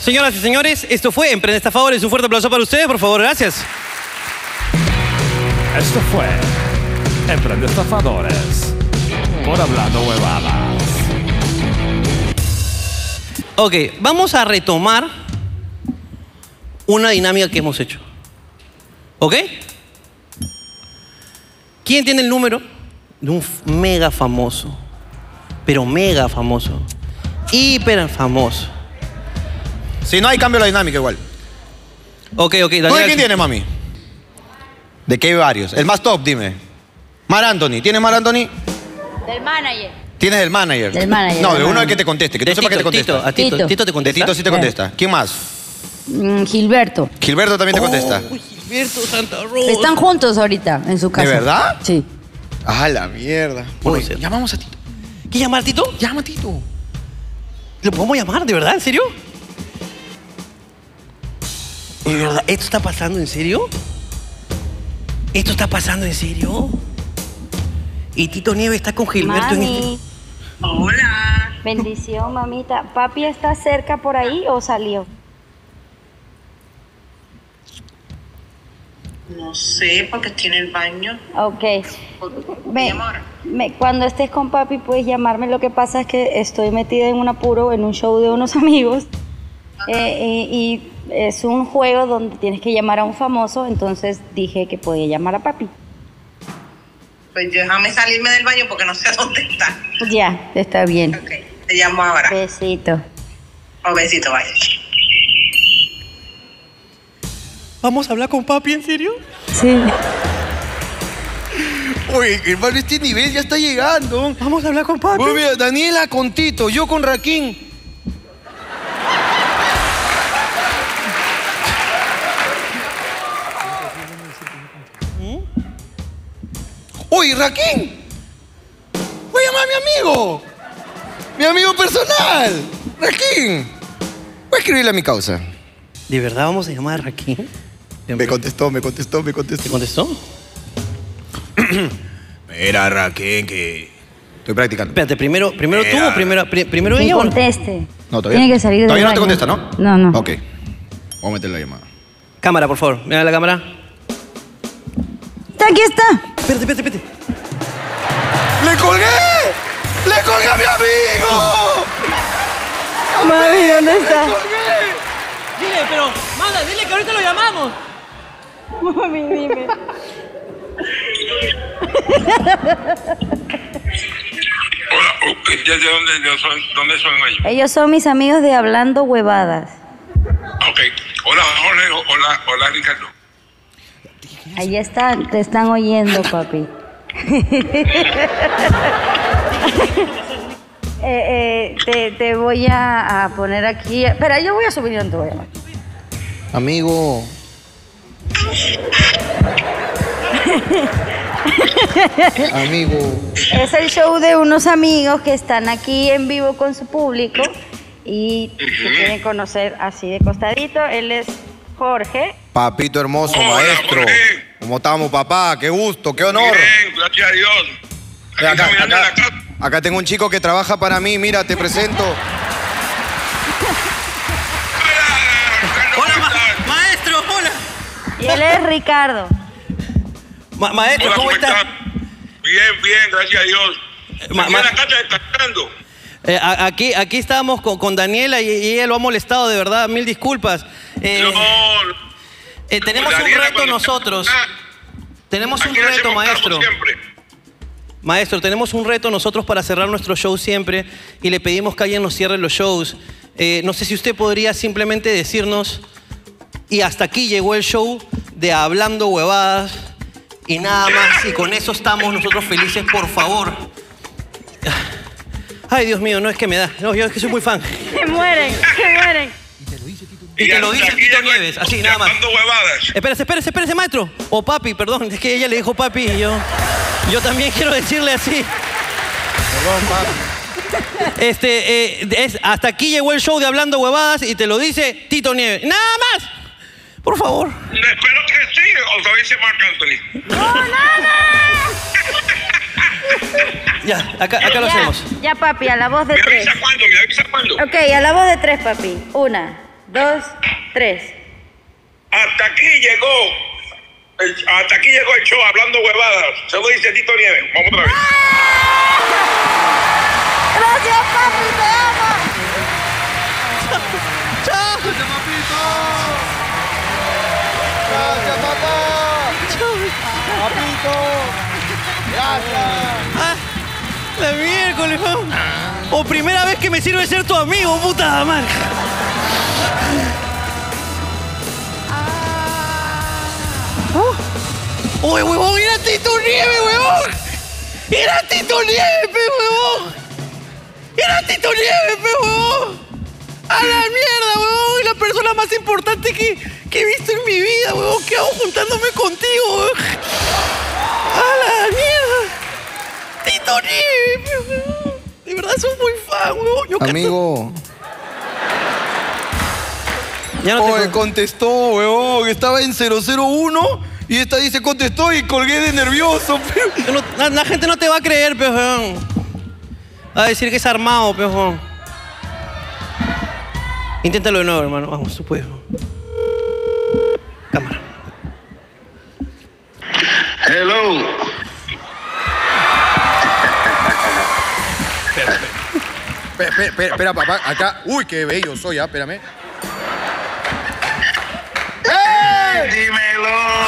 Speaker 2: Señoras y señores, esto fue Emprende Estafadores. Un fuerte aplauso para ustedes, por favor. Gracias.
Speaker 23: Esto fue Emprende Estafadores por hablando huevadas.
Speaker 2: Ok, vamos a retomar una dinámica que hemos hecho. ¿Ok? ¿Quién tiene el número de un f- mega famoso? pero mega famoso. Hiper famoso.
Speaker 1: Si no hay cambio la dinámica igual.
Speaker 2: Ok, ok,
Speaker 1: ¿Tú de quién tienes, mami? ¿De qué varios? El más top, dime. Mar Anthony. ¿Tienes Mar Anthony?
Speaker 14: Del manager.
Speaker 1: Tienes del manager.
Speaker 14: Del manager,
Speaker 1: No,
Speaker 14: del
Speaker 1: de uno
Speaker 14: manager.
Speaker 1: que te conteste, que tú
Speaker 2: De
Speaker 1: sepas que te
Speaker 2: Tito,
Speaker 1: contesta.
Speaker 2: Tito, a Tito. Tito. Tito te contesta.
Speaker 1: De Tito sí te
Speaker 2: Bueno.
Speaker 1: contesta. ¿Quién más?
Speaker 14: Mm, Gilberto.
Speaker 1: Gilberto también te contesta.
Speaker 2: Gilberto Santa Rosa.
Speaker 14: Están juntos ahorita en su casa.
Speaker 1: verdad?
Speaker 14: Sí.
Speaker 1: Ah, la mierda. Bueno, llamamos a Tito.
Speaker 2: ¿Quieres llamar a Tito? Llama a Tito. ¿Lo podemos llamar? ¿De verdad? ¿En serio? ¿De verdad? ¿Esto está pasando en serio? ¿Esto está pasando en serio? Y Tito Nieves está con Gilberto en este...
Speaker 9: Mami. Hola. Bendición, mamita. ¿Papi está cerca por ahí o salió?
Speaker 24: No sé, porque estoy en el baño.
Speaker 9: Ok. Me- me- cuando estés con papi puedes llamarme. Lo que pasa es que estoy metida en un apuro, en un show de unos amigos. Eh, y, y es un juego donde tienes que llamar a un famoso, entonces dije que podía llamar a papi.
Speaker 24: Pues déjame salirme del baño porque no sé dónde está.
Speaker 9: Pues Ya, está bien.
Speaker 24: Te llamo ahora.
Speaker 9: Besito.
Speaker 24: Un besito, bye.
Speaker 2: ¿Vamos a hablar con papi en serio?
Speaker 9: Sí.
Speaker 1: Uy, hermano, este nivel ya está llegando.
Speaker 2: Vamos a hablar con papi.
Speaker 1: Uy, mira, Daniela con Tito, yo con Raquín. Uy, Raquín. Voy a llamar a mi amigo. Mi amigo personal. Raquín. Voy a escribirle a mi causa.
Speaker 2: ¿De verdad vamos a llamar a Raquín?
Speaker 1: Me contestó, me contestó, me contestó. ¿Te
Speaker 2: contestó?
Speaker 1: Mira, Raquín, que... Estoy practicando.
Speaker 2: Espérate, primero, primero tú o primero, pri- primero
Speaker 9: Que
Speaker 2: ella o no?
Speaker 9: conteste.
Speaker 1: No, todavía.
Speaker 9: Tiene que salir del
Speaker 1: Todavía no te
Speaker 9: baño.
Speaker 1: contesta, ¿no?
Speaker 9: No, no.
Speaker 1: Ok. Vamos a meter la llamada.
Speaker 2: Cámara, por favor. Mira la cámara.
Speaker 9: Aquí está.
Speaker 2: Espérate, espérate, espérate.
Speaker 1: ¡Le colgué! ¡Le colgué a mi amigo!
Speaker 2: Mami,
Speaker 18: ¿dónde está?
Speaker 2: Dile, pero manda, dile que ahorita lo llamamos.
Speaker 9: Mami, dime.
Speaker 4: Ya sé dónde, yo soy, dónde son ellos.
Speaker 9: Ellos son mis amigos de Hablando Huevadas.
Speaker 4: Ok. Hola, Jorge. Hola, hola, Ricardo.
Speaker 9: Ahí están, te están oyendo, papi. Eh, eh, te, te voy a, a poner aquí. Espera, yo voy a subir y no te voy a llamar.
Speaker 25: Amigo, amigo.
Speaker 9: Es el show de unos amigos que están aquí en vivo con su público y se quieren conocer así de costadito. Él es Jorge.
Speaker 1: Papito hermoso, maestro. ¿Cómo estamos, papá? Qué gusto, qué honor.
Speaker 4: Gracias a Dios.
Speaker 1: Acá, acá- acá tengo un chico que trabaja para mí. Mira, te presento.
Speaker 2: Hola, ma- maestro, hola.
Speaker 9: Y él es Ricardo.
Speaker 2: Ma- maestro,
Speaker 4: Hola,
Speaker 2: ¿cómo estás?
Speaker 4: Bien, bien, gracias a Dios.
Speaker 2: Ma-
Speaker 4: Aquí
Speaker 2: ma-
Speaker 4: en la casa descansando.
Speaker 2: Eh, a- aquí, aquí estábamos con, con Daniela y, y ella lo ha molestado, de verdad, mil disculpas. Eh, eh, tenemos
Speaker 4: Con
Speaker 2: un
Speaker 4: Daniela
Speaker 2: reto
Speaker 4: cuando-
Speaker 2: nosotros. Tenemos un
Speaker 4: Aquí le
Speaker 2: reto,
Speaker 4: hacemos caso
Speaker 2: maestro.
Speaker 4: siempre.
Speaker 2: Maestro, tenemos un reto nosotros para cerrar nuestro show siempre y le pedimos que alguien nos cierre los shows. Eh, no sé si usted podría simplemente decirnos, y hasta aquí llegó el show de Hablando Huevadas y nada más, y con eso estamos nosotros felices, por favor. Ay, Dios mío, no es que me da, no, yo es que soy muy fan.
Speaker 9: Se mueren, se mueren.
Speaker 2: Y te lo dice Tito Nieves, así, nada más. Espérese, espérese, espérese, maestro. O papi, perdón, es que ella le dijo papi y yo. Yo también quiero decirle así. Perdón, papi. Este, eh, es, hasta aquí llegó el show de Hablando Huevadas y te lo dice Tito Nieves. ¡Nada más! Por favor.
Speaker 4: Le espero que sí, o lo dice Marc Anthony.
Speaker 2: Ya, acá, acá lo hacemos.
Speaker 9: Ya, papi, a la voz de tres.
Speaker 4: ¿Cuándo? ¿Me avisa cuándo?
Speaker 9: Ok, a la voz de tres, papi. Una, dos, tres.
Speaker 4: Hasta aquí llegó. el- hasta aquí llegó el show hablando huevadas. Se lo dice Tito Nieves. Vamos otra vez.
Speaker 9: Gracias, papi, te amo.
Speaker 2: ¡Chao!
Speaker 1: ¡Gracias, papá! ¡Papito! ¡Gracias!
Speaker 2: La miércoles, vamos.
Speaker 4: O primera vez que me sirve ser tu amigo, puta madre. ¡Oh! ¡Uy, huevón! ¡Era Tito Nieve, huevón! ¡Era Tito Nieve, pe, huevón! ¡Era Tito Nieve, pe, huevón! ¡A la mierda, huevón! La persona más importante que, que he visto en mi vida, huevón. ¿Qué hago juntándome contigo, huevón? ¡A la mierda! ¡Tito Nieve, pe, huevón! De verdad, soy muy fan, huevón. Yo
Speaker 26: Amigo.
Speaker 4: Ya
Speaker 27: Oye, contestó, huevón. Estaba en 001 y esta dice contestó y colgué de nervioso.
Speaker 4: Yo no- la, la gente no te va a creer, pejón. Va a decir que es armado, pejón. Inténtalo de nuevo, hermano. Vamos, tú puedes.
Speaker 28: Hello.
Speaker 27: Espera, espera, espera, espera, papá. Acá. Uy, qué bello soy, ah, espérame. ¡Eh!
Speaker 28: Dímelo.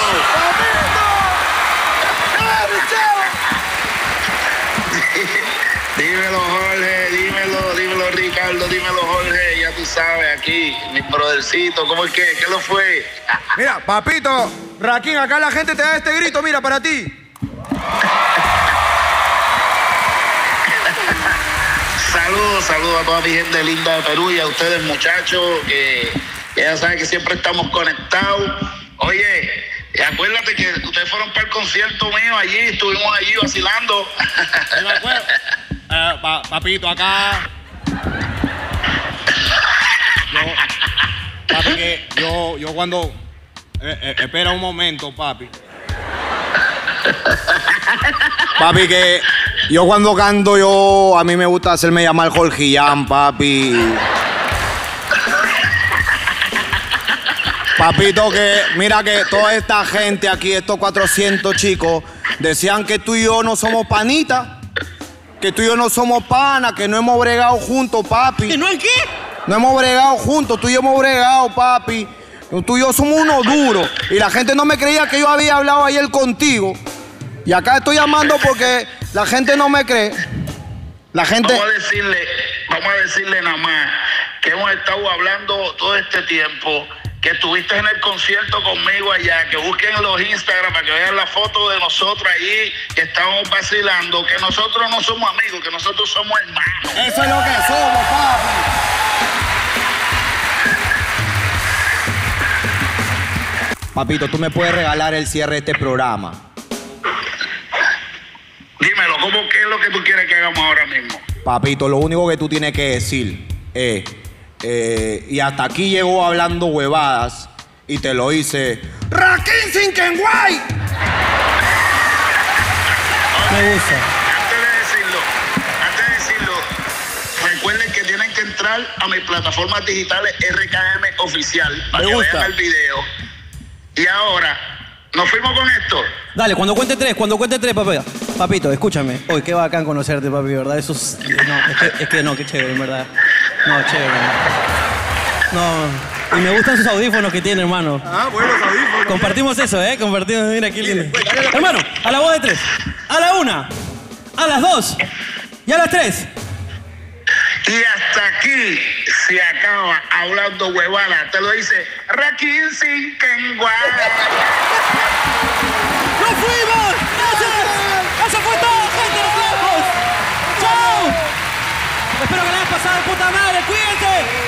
Speaker 28: Dímelo, Jorge. Dímelo, dímelo, Ricardo. Dímelo, Jorge. Ya tú sabes, aquí, mi brothercito. ¿Cómo es que? ¿Qué lo fue?
Speaker 27: Mira, papito, Raquín, acá la gente te da este grito, mira, para ti.
Speaker 28: Saludos, saludos a toda mi gente linda de Perú y a ustedes muchachos, que que ya saben que siempre estamos conectados. Oye, y acuérdate que ustedes fueron para el concierto mío allí, estuvimos allí vacilando.
Speaker 12: Eh, papito, acá. Yo, papi, que yo, yo cuando. eh, eh, espera un momento, papi.
Speaker 1: Papi, que yo cuando canto, yo a mí me gusta hacerme llamar Jorgillán, papi. Papito, que mira que toda esta gente aquí, estos 400 chicos, decían que tú y yo no somos panitas, que tú y yo no somos panas, que no hemos bregado juntos, papi. ¿Que
Speaker 4: no hay qué?
Speaker 1: No hemos bregado juntos, tú y yo hemos bregado, papi. Tú y yo somos unos duros. Y la gente no me creía que yo había hablado ayer contigo. Y acá estoy llamando porque la gente no me cree. La gente...
Speaker 28: Vamos a decirle, vamos a decirle nada más que hemos estado hablando todo este tiempo, que estuviste en el concierto conmigo allá, que busquen los Instagram para que vean la foto de nosotros ahí, que estamos vacilando, que nosotros no somos amigos, que nosotros somos hermanos.
Speaker 1: Eso es lo que somos, papi. Papito, tú me puedes regalar el cierre de este programa.
Speaker 28: Dímelo, ¿cómo qué es lo que tú quieres que hagamos ahora mismo?
Speaker 1: Papito, lo único que tú tienes que decir es... eh, y hasta aquí llegó hablando huevadas y te lo hice...
Speaker 28: ¡Raquín sin Kenway!
Speaker 1: Me gusta.
Speaker 28: Antes de decirlo, antes de decirlo, recuerden que tienen que entrar a mis plataformas digitales RKM oficial para
Speaker 4: Me
Speaker 28: que
Speaker 4: gusta.
Speaker 28: vean el video. Y ahora, ¿nos fuimos con esto?
Speaker 4: Dale, cuando cuente tres, cuando cuente tres, papá. Papito, escúchame. Hoy, qué bacán conocerte, papi, ¿verdad? Eso es. No, es que, es que no, qué chévere, en verdad. No, chévere. No. Y me gustan sus audífonos que tiene, hermano.
Speaker 1: Ah, buenos audífonos.
Speaker 4: Compartimos eso, ¿eh? Compartimos. Mira, qué lindo. Hermano, a la voz de tres. A la una. A las dos. Y a las tres.
Speaker 28: Y hasta aquí se acaba hablando huevada. Te lo dice Raquín sin Kenway.
Speaker 4: ¡Nos fuimos! ¡Gracias! ¡Eso fue todo, gente! ¡Nos vemos! ¡Chao! Espero que la hayas pasado de puta madre. ¡Cuídense!